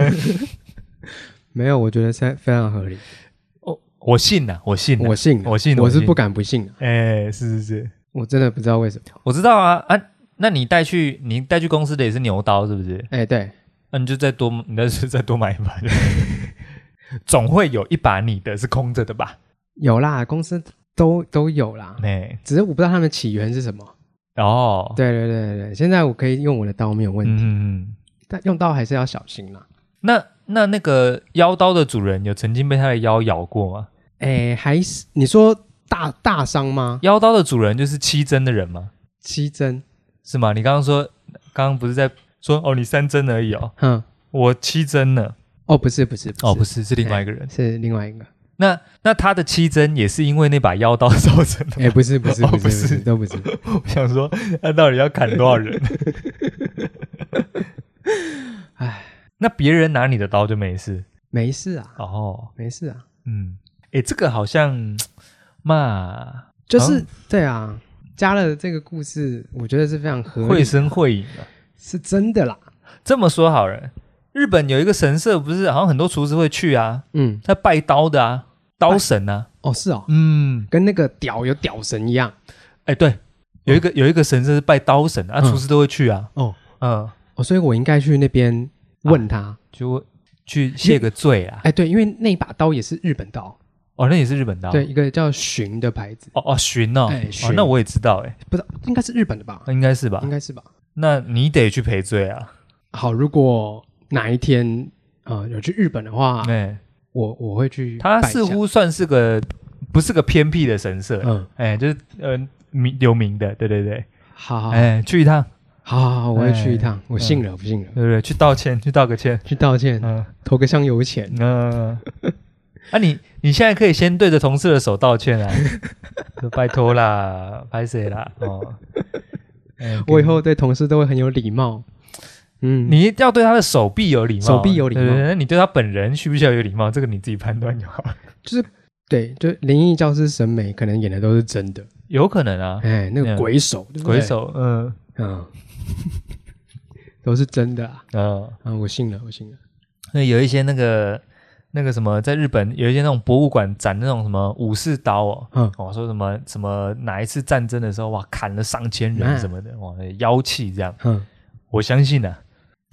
Speaker 1: 没有，我觉得非非常合理，
Speaker 2: 我我信呐、我信、呐，
Speaker 1: 我信啊，
Speaker 2: 我信
Speaker 1: 我是
Speaker 2: 我信
Speaker 1: 不敢不信的，
Speaker 2: 哎、是是是，
Speaker 1: 我真的不知道为什么。
Speaker 2: 我知道啊啊，那你带去你带去公司的也是牛刀是不是？
Speaker 1: 哎，对，
Speaker 2: 那、你就再多你再再多买一把就好 了，总会有一把你的是空着的吧？
Speaker 1: 有啦，公司都都有啦，
Speaker 2: 哎、
Speaker 1: 只是我不知道他们的起源是什么。
Speaker 2: 哦，
Speaker 1: 对对对对对，现在我可以用我的刀没有问
Speaker 2: 嗯
Speaker 1: 题，
Speaker 2: 嗯嗯，
Speaker 1: 但用刀还是要小心啦。
Speaker 2: 那那那个腰刀的主人有曾经被他的腰咬过吗？
Speaker 1: 哎，还是你说大大伤吗？
Speaker 2: 腰刀的主人就是七针的人吗？
Speaker 1: 七针，
Speaker 2: 是吗？你刚刚说，刚刚不是在说哦，你三针而已哦，
Speaker 1: 哼，
Speaker 2: 我七针呢？
Speaker 1: 哦，不是不是
Speaker 2: 哦，不
Speaker 1: 是，
Speaker 2: 是，是另外一个人。
Speaker 1: 是另外一个。
Speaker 2: 那那他的七针也是因为那把腰刀造成的吗。
Speaker 1: 哎，不是不是
Speaker 2: 哦
Speaker 1: 不是
Speaker 2: 不
Speaker 1: 不
Speaker 2: 是
Speaker 1: 是，都不是。
Speaker 2: 我想说，他到底要砍多少人？
Speaker 1: 哎，
Speaker 2: 那别人拿你的刀就没事
Speaker 1: 没事啊，
Speaker 2: 哦。
Speaker 1: 没事啊，
Speaker 2: 嗯，哎，这个好像嘛
Speaker 1: 就是、对啊。加了这个故事，我觉得是非常合
Speaker 2: 绘
Speaker 1: 理，
Speaker 2: 声绘影啊。
Speaker 1: 是真的啦。
Speaker 2: 这么说好了，日本有一个神社，不是好像很多厨师会去啊，
Speaker 1: 嗯，
Speaker 2: 他拜刀的啊，刀神啊。
Speaker 1: 哦是哦，
Speaker 2: 嗯，
Speaker 1: 跟那个屌有屌神一样。
Speaker 2: 哎，对，有一个有一个神社是拜刀神啊，
Speaker 1: 哦嗯
Speaker 2: 厨师都会去啊。
Speaker 1: 哦
Speaker 2: 嗯，
Speaker 1: 哦，所以我应该去那边问他。
Speaker 2: 啊就去谢个罪啊。
Speaker 1: 哎，对，因为那把刀也是日本刀，
Speaker 2: 哦，那也是日本刀。
Speaker 1: 对，，一个叫寻的牌子，
Speaker 2: 哦哦，寻哦，
Speaker 1: 哎
Speaker 2: 哦
Speaker 1: 寻，
Speaker 2: 那我也知道，哎，
Speaker 1: 不知道应该是日本的吧？
Speaker 2: 应该是吧
Speaker 1: 应？该是吧？
Speaker 2: 那你得去赔罪啊。
Speaker 1: 好，如果哪一天呃有去日本的话，
Speaker 2: 哎，
Speaker 1: 我我会去拜
Speaker 2: 他
Speaker 1: 一下。
Speaker 2: 似乎算是个不是个偏僻的神社，
Speaker 1: 嗯，
Speaker 2: 哎，就是呃名有名的，对对对，
Speaker 1: 好好好
Speaker 2: 哎，去一趟，
Speaker 1: 好好好，我会去一
Speaker 2: 哎
Speaker 1: 趟，我信了，我不信了，
Speaker 2: 对不对？去道歉，去道个歉，
Speaker 1: 去道歉，
Speaker 2: 嗯
Speaker 1: 投个香油钱。
Speaker 2: 嗯。啊你，你现在可以先对着同事的手道歉啊，就拜托啦，拍谁啦？哦，哎
Speaker 1: 我以后对同事都会很有礼貌。嗯，
Speaker 2: 你要对他的手臂有礼貌，啊
Speaker 1: 手臂有礼貌
Speaker 2: 对对对那你对他本人需不需要有礼貌，这个你自己判断就好了。
Speaker 1: 对，就灵异教师审美可能演的都是真的，
Speaker 2: 有可能啊，
Speaker 1: 哎，那个
Speaker 2: 嗯
Speaker 1: 鬼手，对不对
Speaker 2: 鬼，手，嗯
Speaker 1: 嗯， 都是真的啊。嗯
Speaker 2: 嗯，
Speaker 1: 啊，我信了，我信了。
Speaker 2: 那有一些那个那个什么，在日本有一些那种博物馆展那种什么武士刀哦，
Speaker 1: 嗯
Speaker 2: 哦说什么什么哪一次战争的时候哇砍了上千人
Speaker 1: 嗯
Speaker 2: 什么的，哇妖气这样，
Speaker 1: 嗯，
Speaker 2: 我相信啊，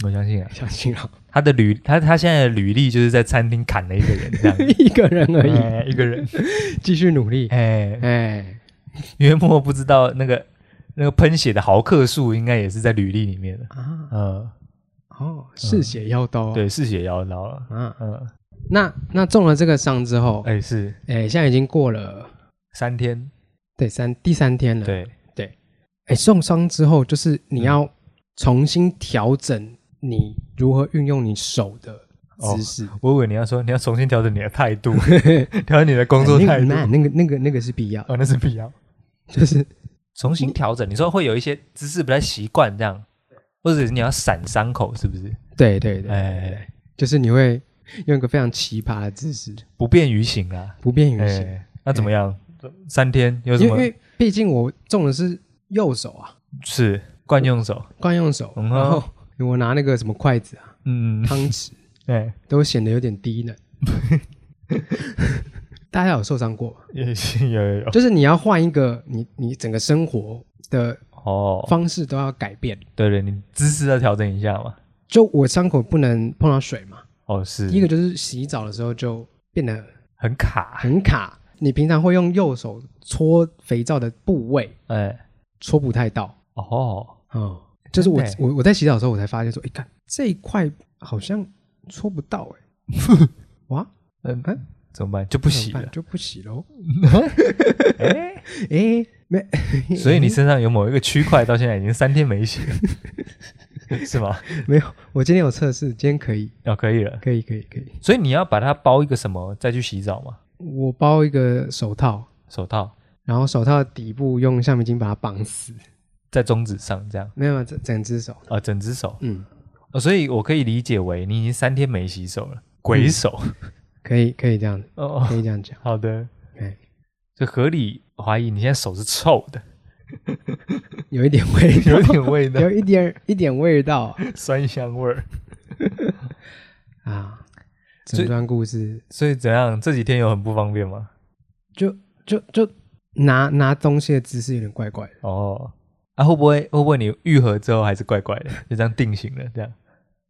Speaker 2: 我相信啊，
Speaker 1: 相信啊，。
Speaker 2: 他的履他他现在的履历就是在餐厅砍了一个人这样
Speaker 1: 一个人而已，
Speaker 2: 哎一个人，
Speaker 1: 继续努力。
Speaker 2: 哎，
Speaker 1: 哎，
Speaker 2: 约莫不知道那个那个喷血的毫克数，应该也是在履历里面的。
Speaker 1: 啊，
Speaker 2: 嗯，
Speaker 1: 哦，嗜血妖刀啊，
Speaker 2: 对，嗜血妖刀了。
Speaker 1: 啊，
Speaker 2: 嗯，
Speaker 1: 那那中了这个伤之后，
Speaker 2: 哎，是
Speaker 1: 哎，现在已经过了
Speaker 2: 三天，
Speaker 1: 对三第三天了，，
Speaker 2: 对，嗯
Speaker 1: 哎，受伤之后就是你要重新调整你如何运用你手的姿势，
Speaker 2: 我以为你要说你要重新调整你的态度，调整你的工作
Speaker 1: 那
Speaker 2: 态
Speaker 1: 个
Speaker 2: 度。
Speaker 1: 那那个那个那个是必要，
Speaker 2: 哦，那是必要。
Speaker 1: 就是
Speaker 2: 重新调整，你说会有一些姿势不太习惯这样，或者是你要闪伤口，是不是？
Speaker 1: 对对对，
Speaker 2: 哎，
Speaker 1: 就是你会用一个非常奇葩的姿势，
Speaker 2: 不便于行啊。
Speaker 1: 不便于行，
Speaker 2: 哎，那怎么样？三天有什
Speaker 1: 因为因
Speaker 2: 么？
Speaker 1: 为毕竟我中的是右手啊，
Speaker 2: 是惯用手。
Speaker 1: 惯用手，
Speaker 2: 嗯哼
Speaker 1: 然后我拿那个什么筷子啊、
Speaker 2: 嗯，
Speaker 1: 汤匙。
Speaker 2: 哎，
Speaker 1: 都显得有点低能。 大家有受伤过吗？
Speaker 2: 也是有有有。
Speaker 1: 就是你要换一个，你你整个生活的
Speaker 2: 哦，
Speaker 1: 方式都要改变。
Speaker 2: 对对，你姿势要调整一下嘛。
Speaker 1: 就我伤口不能碰到水嘛，
Speaker 2: 哦，是
Speaker 1: 第一个就是洗澡的时候就变得
Speaker 2: 很卡，
Speaker 1: 很卡。你平常会用右手搓肥皂的部位，
Speaker 2: 哎，
Speaker 1: 搓不太到。
Speaker 2: 哦，
Speaker 1: 哦、就是我
Speaker 2: 真的欸
Speaker 1: 我我在洗澡的时候，我才发现说，哎、看这一块好像搓不到、 哎，哇，
Speaker 2: 嗯
Speaker 1: 哎，
Speaker 2: 怎么办？就不
Speaker 1: 怎么
Speaker 2: 洗
Speaker 1: 办
Speaker 2: 了。
Speaker 1: 就不洗喽。
Speaker 2: 哎，
Speaker 1: 哎、没，
Speaker 2: 所以你身上有某一个区块到现在已经三天没洗 了，是吗？
Speaker 1: 没有，我今天有测试，今天可以，
Speaker 2: 哦，可以了。
Speaker 1: 可以，可以，可以。
Speaker 2: 所以你要把它包一个什么再去洗澡吗？
Speaker 1: 我包一个手套，
Speaker 2: 手套
Speaker 1: 然后手套的底部用橡皮筋把它绑死，
Speaker 2: 在中指上这样
Speaker 1: 没有，整整只手。
Speaker 2: 啊，整只手。
Speaker 1: 嗯，
Speaker 2: 哦所以我可以理解为你已经三天没洗手了，鬼手。
Speaker 1: 可以，可以这样，
Speaker 2: 哦，
Speaker 1: 可以这样讲。
Speaker 2: 好的
Speaker 1: 哎。
Speaker 2: 就合理怀疑你现在手是臭 的，
Speaker 1: 有一点味道，
Speaker 2: 有点味道，
Speaker 1: 有一点一点味道
Speaker 2: 酸香味儿。
Speaker 1: 啊。
Speaker 2: 所以
Speaker 1: 整段故事
Speaker 2: 所以怎样？这几天有很不方便吗？
Speaker 1: 就就就拿拿东西的姿势有点怪怪的，
Speaker 2: 哦，啊，会不会会不会你愈合之后还是怪怪的，就这样定型了？这样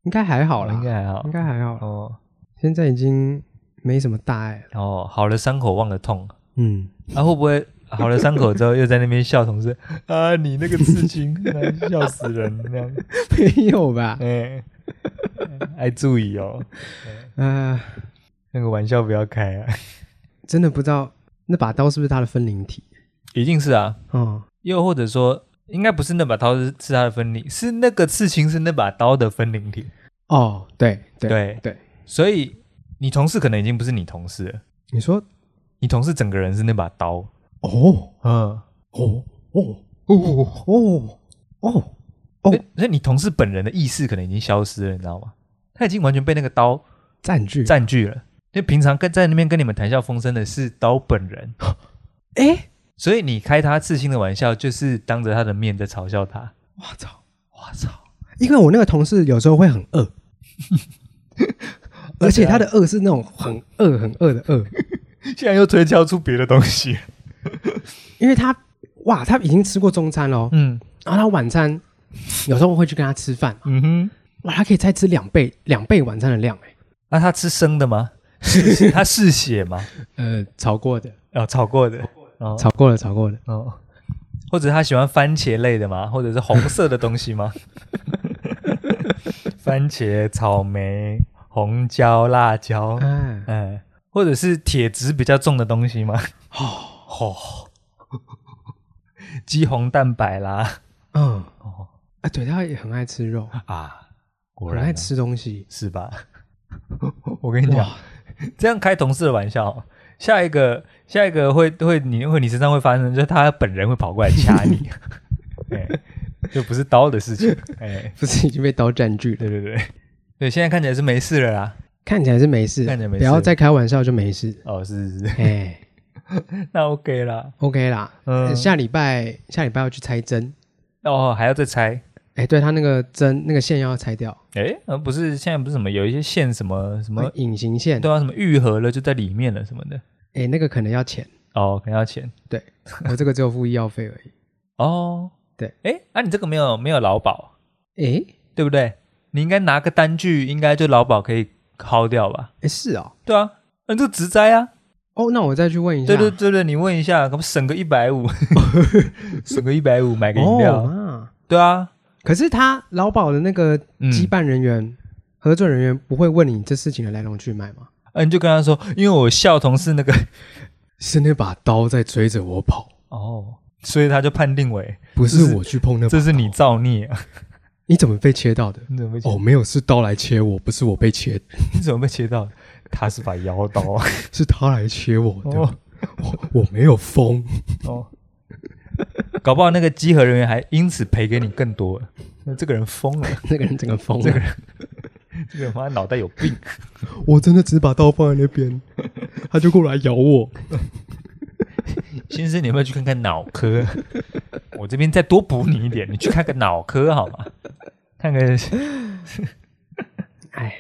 Speaker 1: 应该还好啦，
Speaker 2: 应该还好
Speaker 1: 应。该还好啦。
Speaker 2: 哦
Speaker 1: 现在已经没什么大碍了。
Speaker 2: 哦，好了，伤口忘了痛，
Speaker 1: 嗯，
Speaker 2: 啊，会不会好了伤口之后又在那边笑同事啊？你那个刺青，啊笑死人那样。
Speaker 1: 没有吧？
Speaker 2: 哎，哎，注意哦，
Speaker 1: 呃，
Speaker 2: 那个玩笑不要开啊。
Speaker 1: 真的不知道那把刀是不是他的分灵体
Speaker 2: 一定是啊，
Speaker 1: 哦。
Speaker 2: 又或者说，应该不是那把刀是是他的分灵，是那个刺青是那把刀的分灵体。
Speaker 1: 哦，对对
Speaker 2: 对
Speaker 1: 对，
Speaker 2: 所以你同事可能已经不是你同事了，
Speaker 1: 你说
Speaker 2: 你同事整个人是那把刀。
Speaker 1: 哦
Speaker 2: 嗯。
Speaker 1: 哦哦哦哦哦，哦
Speaker 2: 欸所以你同事本人的意识可能已经消失了，你知道吗？他已经完全被那个刀
Speaker 1: 占据
Speaker 2: 占据了。因为平常跟在那边跟你们谈笑风生的是刀本人，
Speaker 1: 哎，
Speaker 2: 所以你开他刺青的玩笑，就是当着他的面在嘲笑他。
Speaker 1: 我操！
Speaker 2: 我操！
Speaker 1: 因为我那个同事有时候会很 饿，而且他的饿是那种很饿很饿的饿，
Speaker 2: 现在又推敲出别的东西。
Speaker 1: 因为他哇，他已经吃过中餐喽，
Speaker 2: 嗯
Speaker 1: 然后他晚餐有时候会去跟他吃饭，
Speaker 2: 嗯哼，
Speaker 1: 哇，他可以再吃两倍两倍晚餐的量哎，
Speaker 2: 那、啊他吃生的 吗？是他嗜血吗？
Speaker 1: 呃，炒过的，
Speaker 2: 哦，炒过的。哦
Speaker 1: 炒过了，炒过了，
Speaker 2: 哦，或者他喜欢番茄类的吗？或者是红色的东西 吗？番茄、草莓、红椒、辣椒，
Speaker 1: 哎，
Speaker 2: 嗯，或者是铁质比较重的东西吗？
Speaker 1: 哦，
Speaker 2: 哦， 鸡红蛋白啦，
Speaker 1: 嗯，
Speaker 2: 哦
Speaker 1: 啊，对，他也很爱吃肉，
Speaker 2: 啊，果
Speaker 1: 很
Speaker 2: 然啊、
Speaker 1: 爱吃东西。
Speaker 2: 是吧？ 我跟你讲，这样开同事的玩笑，下一个下一个会会你会你身上会发生，就是他本人会跑过来掐 你，哎，就不是刀的事情，哎，
Speaker 1: 不是已经被刀占据了？
Speaker 2: 对对对对，现在看起来是没事了啦。
Speaker 1: 看起来是没事，
Speaker 2: 看起来没事
Speaker 1: 不要再开玩笑就没 事。
Speaker 2: 哦，是是是，
Speaker 1: 哎
Speaker 2: 那 OK 啦。
Speaker 1: ，OK 啦，
Speaker 2: 嗯，
Speaker 1: 下礼拜下礼拜要去拆针，
Speaker 2: 哦还要再猜
Speaker 1: 哎，对他那个针那个线要拆掉，
Speaker 2: 哎，而不是现在不是什么有一些线什么什
Speaker 1: 什
Speaker 2: 么，
Speaker 1: 隐形线？
Speaker 2: 对啊，什么愈合了就在里面了什么的，
Speaker 1: 哎，那个可能要 钱，
Speaker 2: 哦，可能要钱
Speaker 1: 我这个只有付医药费而
Speaker 2: 哦。
Speaker 1: 对，
Speaker 2: 哎，那、你这个没有没有劳保，
Speaker 1: 已。哎
Speaker 2: 对不对？你应该拿个单据，应该就劳保可以薅掉吧？
Speaker 1: 哎，是哦，
Speaker 2: 对啊，那、这个植栽啊，
Speaker 1: 哦，那我再去问一下，
Speaker 2: 对对对对，你问一下，可不省个一百 五，省个一百五买个饮料，
Speaker 1: 哦啊，
Speaker 2: 对啊，
Speaker 1: 可是他劳保的那个
Speaker 2: 嗯，
Speaker 1: 羁绊人员、合作人员不会问你这事情的来龙去脉吗？
Speaker 2: 啊，你就跟他说，因为我校同是那个，
Speaker 1: 是那把刀在追着我跑，
Speaker 2: 哦， 所以他就判定为
Speaker 1: 不
Speaker 2: 这是
Speaker 1: 是我去碰那把
Speaker 2: 这是你
Speaker 1: 刀，
Speaker 2: 造孽、啊，
Speaker 1: 你怎么被切到的？
Speaker 2: 你怎么被切
Speaker 1: 哦，没有，是刀来切我，不是我被切，
Speaker 2: 你怎么被切到？他是把腰刀啊，
Speaker 1: 是他来切我的，
Speaker 2: 哦
Speaker 1: 我我没有疯。
Speaker 2: 哦，搞不好那个稽核人员还因此赔给你更多，那这个人疯了，
Speaker 1: 那个人整个疯了，
Speaker 2: 这个人这个人妈脑袋有病，
Speaker 1: 我真的只把刀放在那 边，他就过来咬我。
Speaker 2: 先生，你要不要去看看脑科？我这边再多补你一点，你去看个脑科好吗？看个
Speaker 1: 哎，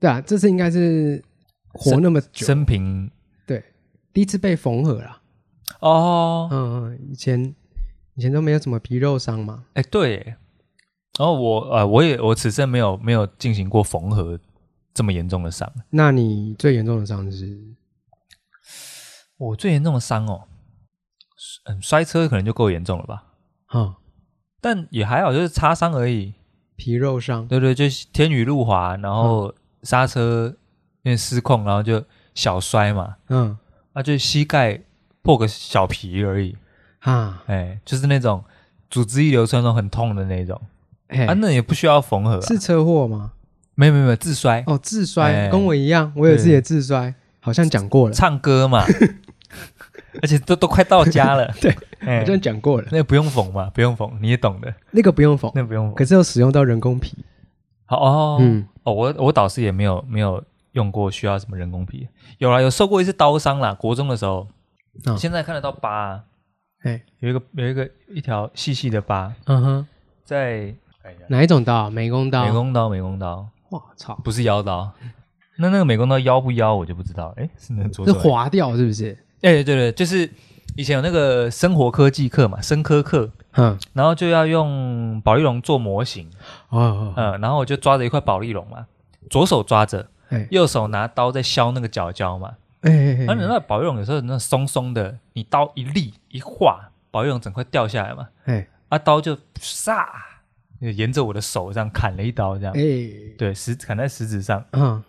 Speaker 1: 对啊，这次应该是活那么久，
Speaker 2: 生平
Speaker 1: 第一次被缝合了。
Speaker 2: 哦，
Speaker 1: 嗯，嗯以前以前都没有什么皮肉伤嘛。
Speaker 2: 哎、对耶，然后我呃，我也我此生没有没有进行过缝合这么严重的伤。
Speaker 1: 那你最严重的伤是？
Speaker 2: 我最严重的伤哦，嗯，摔车可能就够严重了吧，
Speaker 1: 啊，
Speaker 2: 但也还好，就是擦伤而已。
Speaker 1: 皮肉伤。
Speaker 2: 对对，就是天雨路滑，然
Speaker 1: 嗯
Speaker 2: 后刹车因为失控，然后就小摔嘛，
Speaker 1: 嗯
Speaker 2: 啊，就膝盖破个小皮而已，
Speaker 1: 啊，
Speaker 2: 哎，就是那种组织一流酸痛很痛的那种
Speaker 1: 哎、
Speaker 2: 啊，那也不需要缝合、啊，
Speaker 1: 是车祸吗？
Speaker 2: 没有没有没有自摔，
Speaker 1: 哦，自摔、
Speaker 2: 哎
Speaker 1: 跟我一样，我有自己的自摔，好像讲 过了，
Speaker 2: 唱歌 嘛，而且都都快到家了，
Speaker 1: 对
Speaker 2: 哎
Speaker 1: 好，像讲过了，
Speaker 2: 那不用缝嘛，不用缝，你也懂的，
Speaker 1: 那个不用缝，
Speaker 2: 那不用缝。
Speaker 1: 可是有使用到人工皮。
Speaker 2: 好哦，
Speaker 1: 嗯，
Speaker 2: 哦，我我导师也没有没有用过需要什么人工皮，有啊啦，有受过一次刀伤啦，国中的时候，
Speaker 1: 嗯
Speaker 2: 现在看得到疤啊、
Speaker 1: 哎，
Speaker 2: 有一个有一个一条细细的疤
Speaker 1: 嗯哼，
Speaker 2: 在
Speaker 1: 哪一种刀？美工刀。
Speaker 2: 美。工刀，美工刀
Speaker 1: 我操，
Speaker 2: 不是腰刀。那那个美工刀腰不腰我就不知道了，哎，是那左
Speaker 1: 是
Speaker 2: 手还
Speaker 1: 划掉是不是？
Speaker 2: 哎，对对对，就是以前有那个生活科技课嘛，生科课，
Speaker 1: 嗯，
Speaker 2: 然后就要用保利龙做模型，
Speaker 1: 哦哦，哦
Speaker 2: 嗯，然后我就抓着一块保利龙嘛，左手抓着，
Speaker 1: 哎
Speaker 2: 右手拿刀在削那个角角嘛。
Speaker 1: 哎哎
Speaker 2: 然后你
Speaker 1: 哎
Speaker 2: 啊那保利龙有时候那松松的，你刀一立一划，保利龙整块掉下来嘛，
Speaker 1: 哎
Speaker 2: 啊刀就唰，就沿着我的手这样砍了一刀，这样，
Speaker 1: 哎，
Speaker 2: 对，食砍在食指上，
Speaker 1: 嗯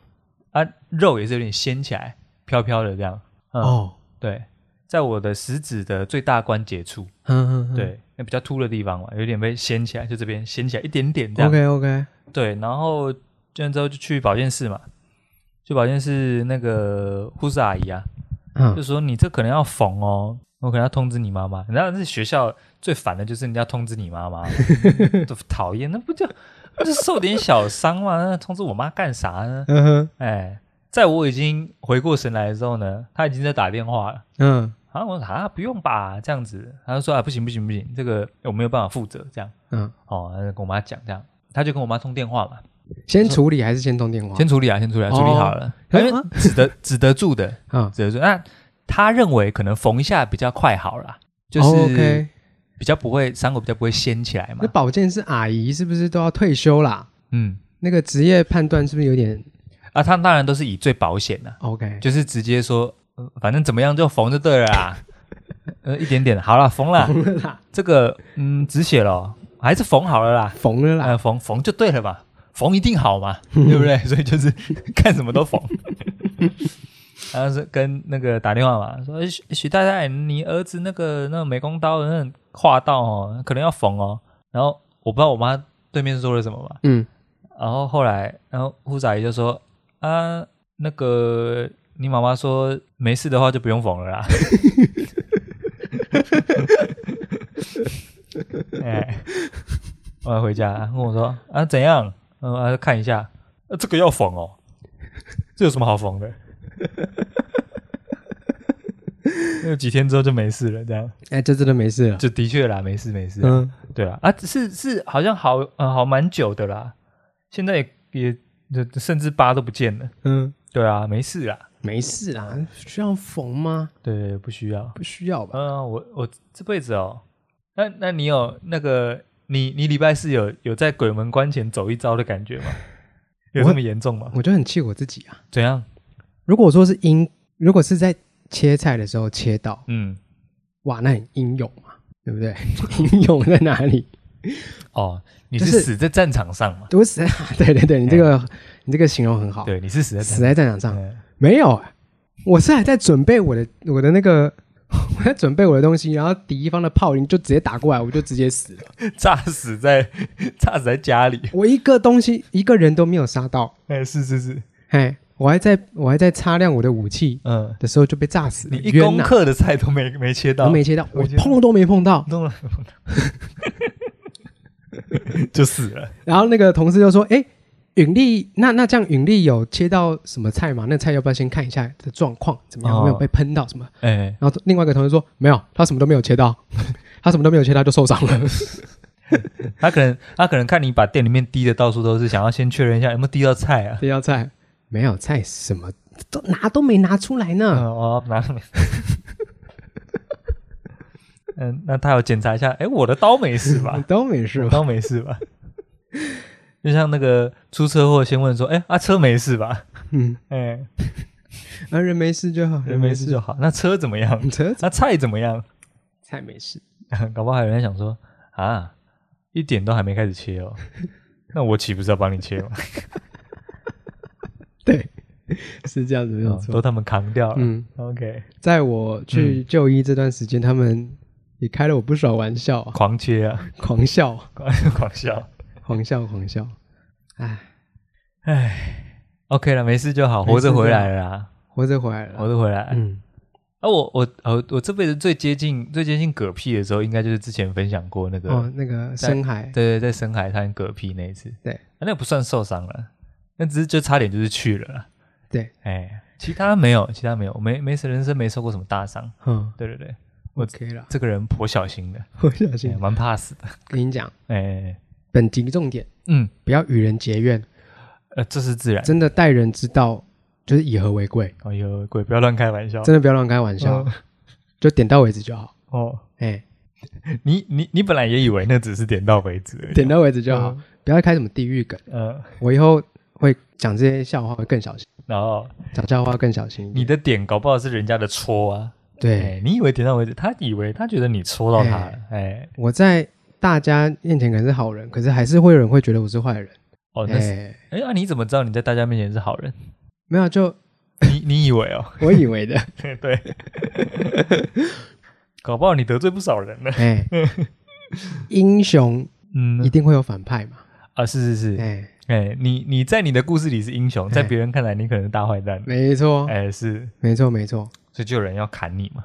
Speaker 2: 啊肉也是有点掀起来，飘飘的这样，嗯，
Speaker 1: 哦，
Speaker 2: 对，在我的食指的最大关节处，
Speaker 1: 嗯嗯，
Speaker 2: 对，那比较凸的地方嘛，有点被掀起来，就这边掀起来一点点这样。
Speaker 1: ，OK OK，
Speaker 2: 对，然后这样之后就去保健室嘛，去保健室那个护士阿姨啊，就
Speaker 1: 嗯
Speaker 2: 说你这可能要缝哦，我可能要通知你妈妈。你知道这学校最烦的就是人家通知你妈妈，都讨厌，那不就那就受点小伤嘛，那通知我妈干啥呢？
Speaker 1: 嗯哼，
Speaker 2: 哎，在我已经回过神来的时候呢，她已经在打电话了。
Speaker 1: 嗯
Speaker 2: 啊，我说啊，不用吧，这样子，她就说啊，不行不行不行，这个我没有办法负责，这样
Speaker 1: 嗯，
Speaker 2: 哦，她就跟我妈讲这样，她就跟我妈通电话嘛，
Speaker 1: 先处理还是先通电话？
Speaker 2: 先处理啊，先处理啊，处理好了，
Speaker 1: 哦
Speaker 2: 因为指得指得住的，
Speaker 1: 啊，
Speaker 2: 指得住。那他认为可能缝一下比较快好啦，就
Speaker 1: 哦
Speaker 2: 是
Speaker 1: ，OK
Speaker 2: 比较不会伤口比较不会掀起来嘛
Speaker 1: 那。保健是阿姨，是不是都要退休啦？
Speaker 2: 嗯，
Speaker 1: 那个职业判断是不是有点
Speaker 2: 啊，他当然都是以最保险的，
Speaker 1: OK？
Speaker 2: 就是直接说，呃反正怎么样就缝就对了啦。呃，一点点，好了，缝了，
Speaker 1: 缝了啦，
Speaker 2: 这个嗯止血了，还是缝好了啦，
Speaker 1: 缝了啦，
Speaker 2: 呃，缝缝就对了吧，缝一定好嘛，对不对？所以就是 看什么都缝。然后是跟那个打电话嘛，说诶许许太太，你儿子那个那个美工刀那种划到哦，可能要缝哦。然后我不知道我妈对面说了什么嘛，
Speaker 1: 嗯，
Speaker 2: 然后后来，然后护士阿姨就说啊，那个你妈妈说没事的话就不用缝了啦。哎，我要回家，跟我说啊怎样？嗯，啊看一下，啊这个要缝哦，这有什么好缝的？那几天之后就没事了，这样
Speaker 1: 哎，这真的没事了，
Speaker 2: 就的确啦，没事没事啊、
Speaker 1: 嗯，
Speaker 2: 对啊，啊，是是，好像好呃好蛮久的啦，现在也也甚至疤都不见了。
Speaker 1: 嗯，
Speaker 2: 对啊，没事啦，
Speaker 1: 没事啊，需要缝吗？
Speaker 2: 对，不需要。
Speaker 1: 不需要吧？
Speaker 2: 嗯，我我这辈子哦，那那你有那个你你礼拜四有有在鬼门关前走一遭的感觉吗？有这么严重吗？
Speaker 1: 我就很气我自己啊。
Speaker 2: 怎样？
Speaker 1: 如果说是因，如果是在切菜的时候切到，
Speaker 2: 嗯，
Speaker 1: 哇，那很英勇嘛，对不 对？英勇在哪里？
Speaker 2: 哦，你
Speaker 1: 就是是
Speaker 2: 死在战场上嘛？
Speaker 1: 我死在嗯对对对，你这个你这个形容很好，
Speaker 2: 对，你是死在战
Speaker 1: 死在战场上
Speaker 2: 嗯
Speaker 1: 没有，我是还在准备我的我的那个。 我在准备我的东西，然后敌方的炮林就直接打过来，我就直接死了。
Speaker 2: 炸死在炸死在家里。
Speaker 1: 我一个东西一个人都没有杀到，
Speaker 2: 哎，是是是，
Speaker 1: 嘿，我还在我还在擦亮我的武器
Speaker 2: 嗯，
Speaker 1: 的时候就被炸死了。
Speaker 2: 你一
Speaker 1: 冤
Speaker 2: 公
Speaker 1: 呐
Speaker 2: 克的菜都没没切到，
Speaker 1: 我没切到，
Speaker 2: 我
Speaker 1: 我
Speaker 2: 切到
Speaker 1: 碰都没碰到。
Speaker 2: 动了， 就死了。
Speaker 1: 然后那个同事就说：“哎，允力，那那这样允力有切到什么菜吗？那菜要不要先看一下的状况怎么样？
Speaker 2: 哦
Speaker 1: 有没有被喷到什么
Speaker 2: 哎？”，
Speaker 1: 然后另外一个同事说：“没有，他什么都没有切到， 他什么都没有切到就受伤了。
Speaker 2: 他可能他可能看你把店里面滴的到处都是，想要先确认一下有没有滴到菜啊。
Speaker 1: 这道菜没有菜，什么都拿都没拿出来呢。
Speaker 2: 嗯， 哦，拿了没？嗯，那他有检查一下，哎，我的刀没事 吧？
Speaker 1: 都没事
Speaker 2: 我
Speaker 1: 吧？
Speaker 2: 刀没事吧？就像那个出车祸先问说，哎，啊车没事吧？
Speaker 1: 嗯，
Speaker 2: 哎，
Speaker 1: 啊，人没事就好，
Speaker 2: 人没事就好。那车怎么 样？
Speaker 1: 车
Speaker 2: 那菜怎么样？
Speaker 1: 菜没事，
Speaker 2: 搞不好有人想说啊，一点都还没开始切 哦，那我岂不是要帮你切吗？
Speaker 1: 对，是这样子没有
Speaker 2: 哦
Speaker 1: 错。
Speaker 2: 都他们扛掉了。
Speaker 1: 嗯，
Speaker 2: OK，
Speaker 1: 在我
Speaker 2: 嗯
Speaker 1: 去就医这段时间，他们也开了我不少玩笑 啊，
Speaker 2: 狂切啊，
Speaker 1: 狂笑。”
Speaker 2: 狂狂 笑。
Speaker 1: 狂笑狂笑，哎，
Speaker 2: OK 了，没事就好，
Speaker 1: 没事
Speaker 2: 活着回来了啦，
Speaker 1: 活着回来
Speaker 2: 活
Speaker 1: 了。
Speaker 2: 着回来。
Speaker 1: 嗯，
Speaker 2: 啊，我我我我这辈子最接近最接近嗝屁的时候，应该就是之前分享过那个，
Speaker 1: 哦，那个深海，
Speaker 2: 对对，在深海滩嗝屁那一次。
Speaker 1: 对
Speaker 2: 啊那个不算受伤了，那只是就差点就是去了啦。
Speaker 1: 对，
Speaker 2: 哎，其他没有，其他没有，我没没什人生没受过什么大伤。
Speaker 1: 嗯
Speaker 2: 对对对，
Speaker 1: ，OK 了，
Speaker 2: 这个人颇小心的，
Speaker 1: 我小
Speaker 2: 哎
Speaker 1: 心。
Speaker 2: 蛮怕死的。
Speaker 1: 跟你讲，
Speaker 2: 哎，
Speaker 1: 本集重点
Speaker 2: 嗯，
Speaker 1: 不要与人结怨，
Speaker 2: 呃，这是自然。
Speaker 1: 真的待人之道就是以和为贵，
Speaker 2: 哎呦，鬼，不要乱开玩笑。
Speaker 1: 真的不要乱开玩笑
Speaker 2: 嗯，
Speaker 1: 就点到为止就好。
Speaker 2: 哦，
Speaker 1: 哎，
Speaker 2: 你你你本来也以为那只是点到为止而已，
Speaker 1: 点到为止就好
Speaker 2: 嗯，
Speaker 1: 不要开什么地狱梗。
Speaker 2: 呃，
Speaker 1: 我以后会讲这些笑话会更小心，
Speaker 2: 然后
Speaker 1: 讲笑话更小心一
Speaker 2: 你
Speaker 1: 点。
Speaker 2: 的点搞不好是人家的戳啊，
Speaker 1: 对
Speaker 2: 哎，你以为点到为止，他以为他觉得你戳到他了，哎，
Speaker 1: 我在大家面前可能是好人，可是还是会有人会觉得我是坏人。
Speaker 2: 哦，那是，
Speaker 1: 哎，
Speaker 2: 哎，啊，你怎么知道你在大家面前是好人？
Speaker 1: 没有，就
Speaker 2: 你你以为哦，
Speaker 1: 我以 为的。
Speaker 2: 对，搞不好你得罪不少人呢，
Speaker 1: 哎，英雄
Speaker 2: 嗯
Speaker 1: 一定会有反派嘛？
Speaker 2: 啊，是是是，
Speaker 1: 哎，
Speaker 2: 哎，你你在你的故事里是英雄，在
Speaker 1: 哎哦
Speaker 2: 别人看来你可能是大坏蛋，
Speaker 1: 没错，
Speaker 2: 哎，是，
Speaker 1: 没错，没错。
Speaker 2: 所以就有人要砍你嘛，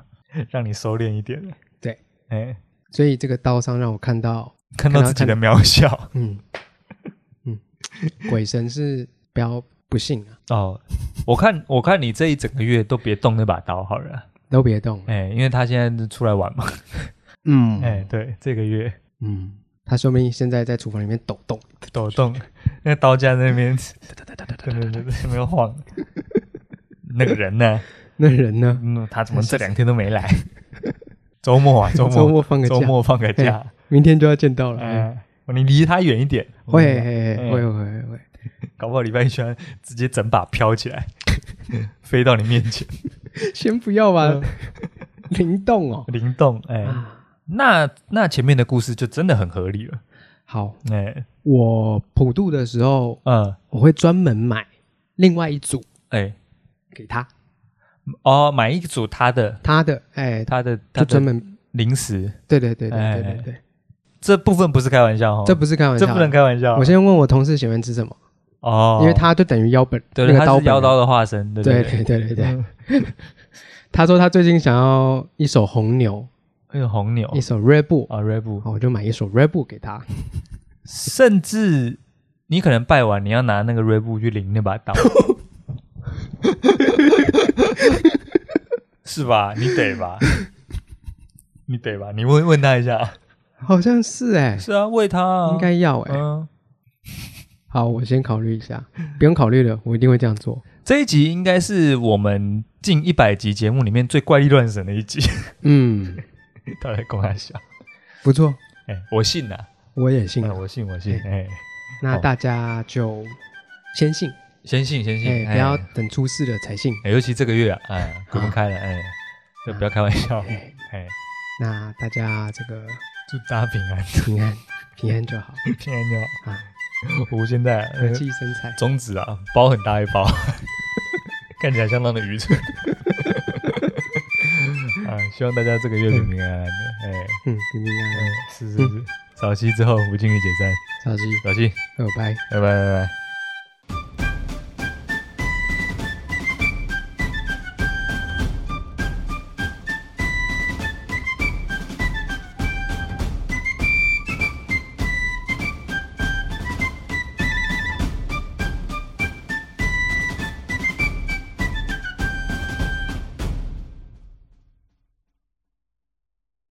Speaker 2: 让你收敛一点，
Speaker 1: 对，
Speaker 2: 哎，
Speaker 1: 所以这个刀伤让我看到，
Speaker 2: 看到
Speaker 1: 看到
Speaker 2: 自己的渺小。
Speaker 1: 嗯嗯，鬼神是不要不信啊，
Speaker 2: 哦，我看我看你这一整个月都别动那把刀好了，
Speaker 1: 都别动了。
Speaker 2: 哎、因为他现在是出来玩嘛，
Speaker 1: 嗯
Speaker 2: 哎、对，这个月
Speaker 1: 嗯，他说明现在在厨房里面抖动。
Speaker 2: 抖动，那刀架在那边，对对对，那边晃。那个人呢？
Speaker 1: 那人呢？
Speaker 2: 嗯，他怎么这两天都没来？周末啊，周末，
Speaker 1: 周末放个假
Speaker 2: 周，末放个假，
Speaker 1: 明天就要见到了。嗯
Speaker 2: 哎、你离他远一点。
Speaker 1: 会
Speaker 2: 我跟你
Speaker 1: 嘿嘿
Speaker 2: 哎
Speaker 1: 会会会会，
Speaker 2: 讲搞不好礼拜一居然直接整把飘起 来，飞到你面前，
Speaker 1: 先不要吧
Speaker 2: 嗯，
Speaker 1: 灵动哦。
Speaker 2: 灵动。哎、
Speaker 1: 啊，
Speaker 2: 那那前面的故事就真的很合理了。
Speaker 1: 好，
Speaker 2: 哎、
Speaker 1: 我普渡的时候，
Speaker 2: 嗯，
Speaker 1: 我会专门买另外一组
Speaker 2: 哎、
Speaker 1: 给他，
Speaker 2: 哦，买一组他的
Speaker 1: 他的哎，
Speaker 2: 他的他
Speaker 1: 就专
Speaker 2: 的
Speaker 1: 门
Speaker 2: 零食，
Speaker 1: 对对对对
Speaker 2: 哎
Speaker 1: 对对对，
Speaker 2: 这部分不是开玩笑哦，
Speaker 1: 这不是开玩
Speaker 2: 这
Speaker 1: 笑，
Speaker 2: 不能开玩笑。
Speaker 1: 我先问我同事喜欢吃什么，
Speaker 2: 哦，
Speaker 1: 因为他就等于腰本
Speaker 2: 对
Speaker 1: 那
Speaker 2: 对
Speaker 1: 个
Speaker 2: 他
Speaker 1: 刀本
Speaker 2: 是妖
Speaker 1: 人
Speaker 2: 刀的化身，对
Speaker 1: 对对
Speaker 2: 对
Speaker 1: 对对对。
Speaker 2: 嗯
Speaker 1: 他说他最近想要一手红牛，
Speaker 2: 还有哎红牛
Speaker 1: 一手 Red Bull，
Speaker 2: 啊 r e b
Speaker 1: 好我就买一手 Red Bull 给他。
Speaker 2: 甚至你可能拜完，你要拿那个 r e b 去领那把 刀，是吧？你得吧，你得吧，你问问他一下，
Speaker 1: 好像是哎、
Speaker 2: 是啊，喂它啊，
Speaker 1: 应该要哎、
Speaker 2: 嗯，
Speaker 1: 好，我先考虑一下，不用考虑了，我一定会这样做。
Speaker 2: 这一集应该是我们近一百集节目里面最怪力乱神的一集，
Speaker 1: 嗯，
Speaker 2: 到底公开笑？
Speaker 1: 不错，
Speaker 2: 哎、我信呐、啊，
Speaker 1: 我也信
Speaker 2: 嗯。我信，我信，哎、
Speaker 1: 那
Speaker 2: 好
Speaker 1: 大家就先信，
Speaker 2: 先信，先信，
Speaker 1: 哎、
Speaker 2: 哎
Speaker 1: 不要等出事了才信。
Speaker 2: 哎尤其这个月啊，哎，公开了，哎、就不要开玩笑，
Speaker 1: 哎、
Speaker 2: 哎，
Speaker 1: 那大家这个
Speaker 2: 祝大家平安，
Speaker 1: 平安平安就好
Speaker 2: 平安就好。
Speaker 1: 啊，
Speaker 2: 我现在
Speaker 1: 和
Speaker 2: 呃
Speaker 1: 气生财。
Speaker 2: 中指啊，包很大一包， 看起来相当的愚蠢。啊，希望大家这个月平平安安的，哎、
Speaker 1: 嗯，平平安
Speaker 2: 哎
Speaker 1: 安，
Speaker 2: 是是是，早期之后不进去解散，
Speaker 1: 小心，
Speaker 2: 早期，
Speaker 1: 拜拜。
Speaker 2: 拜拜拜拜。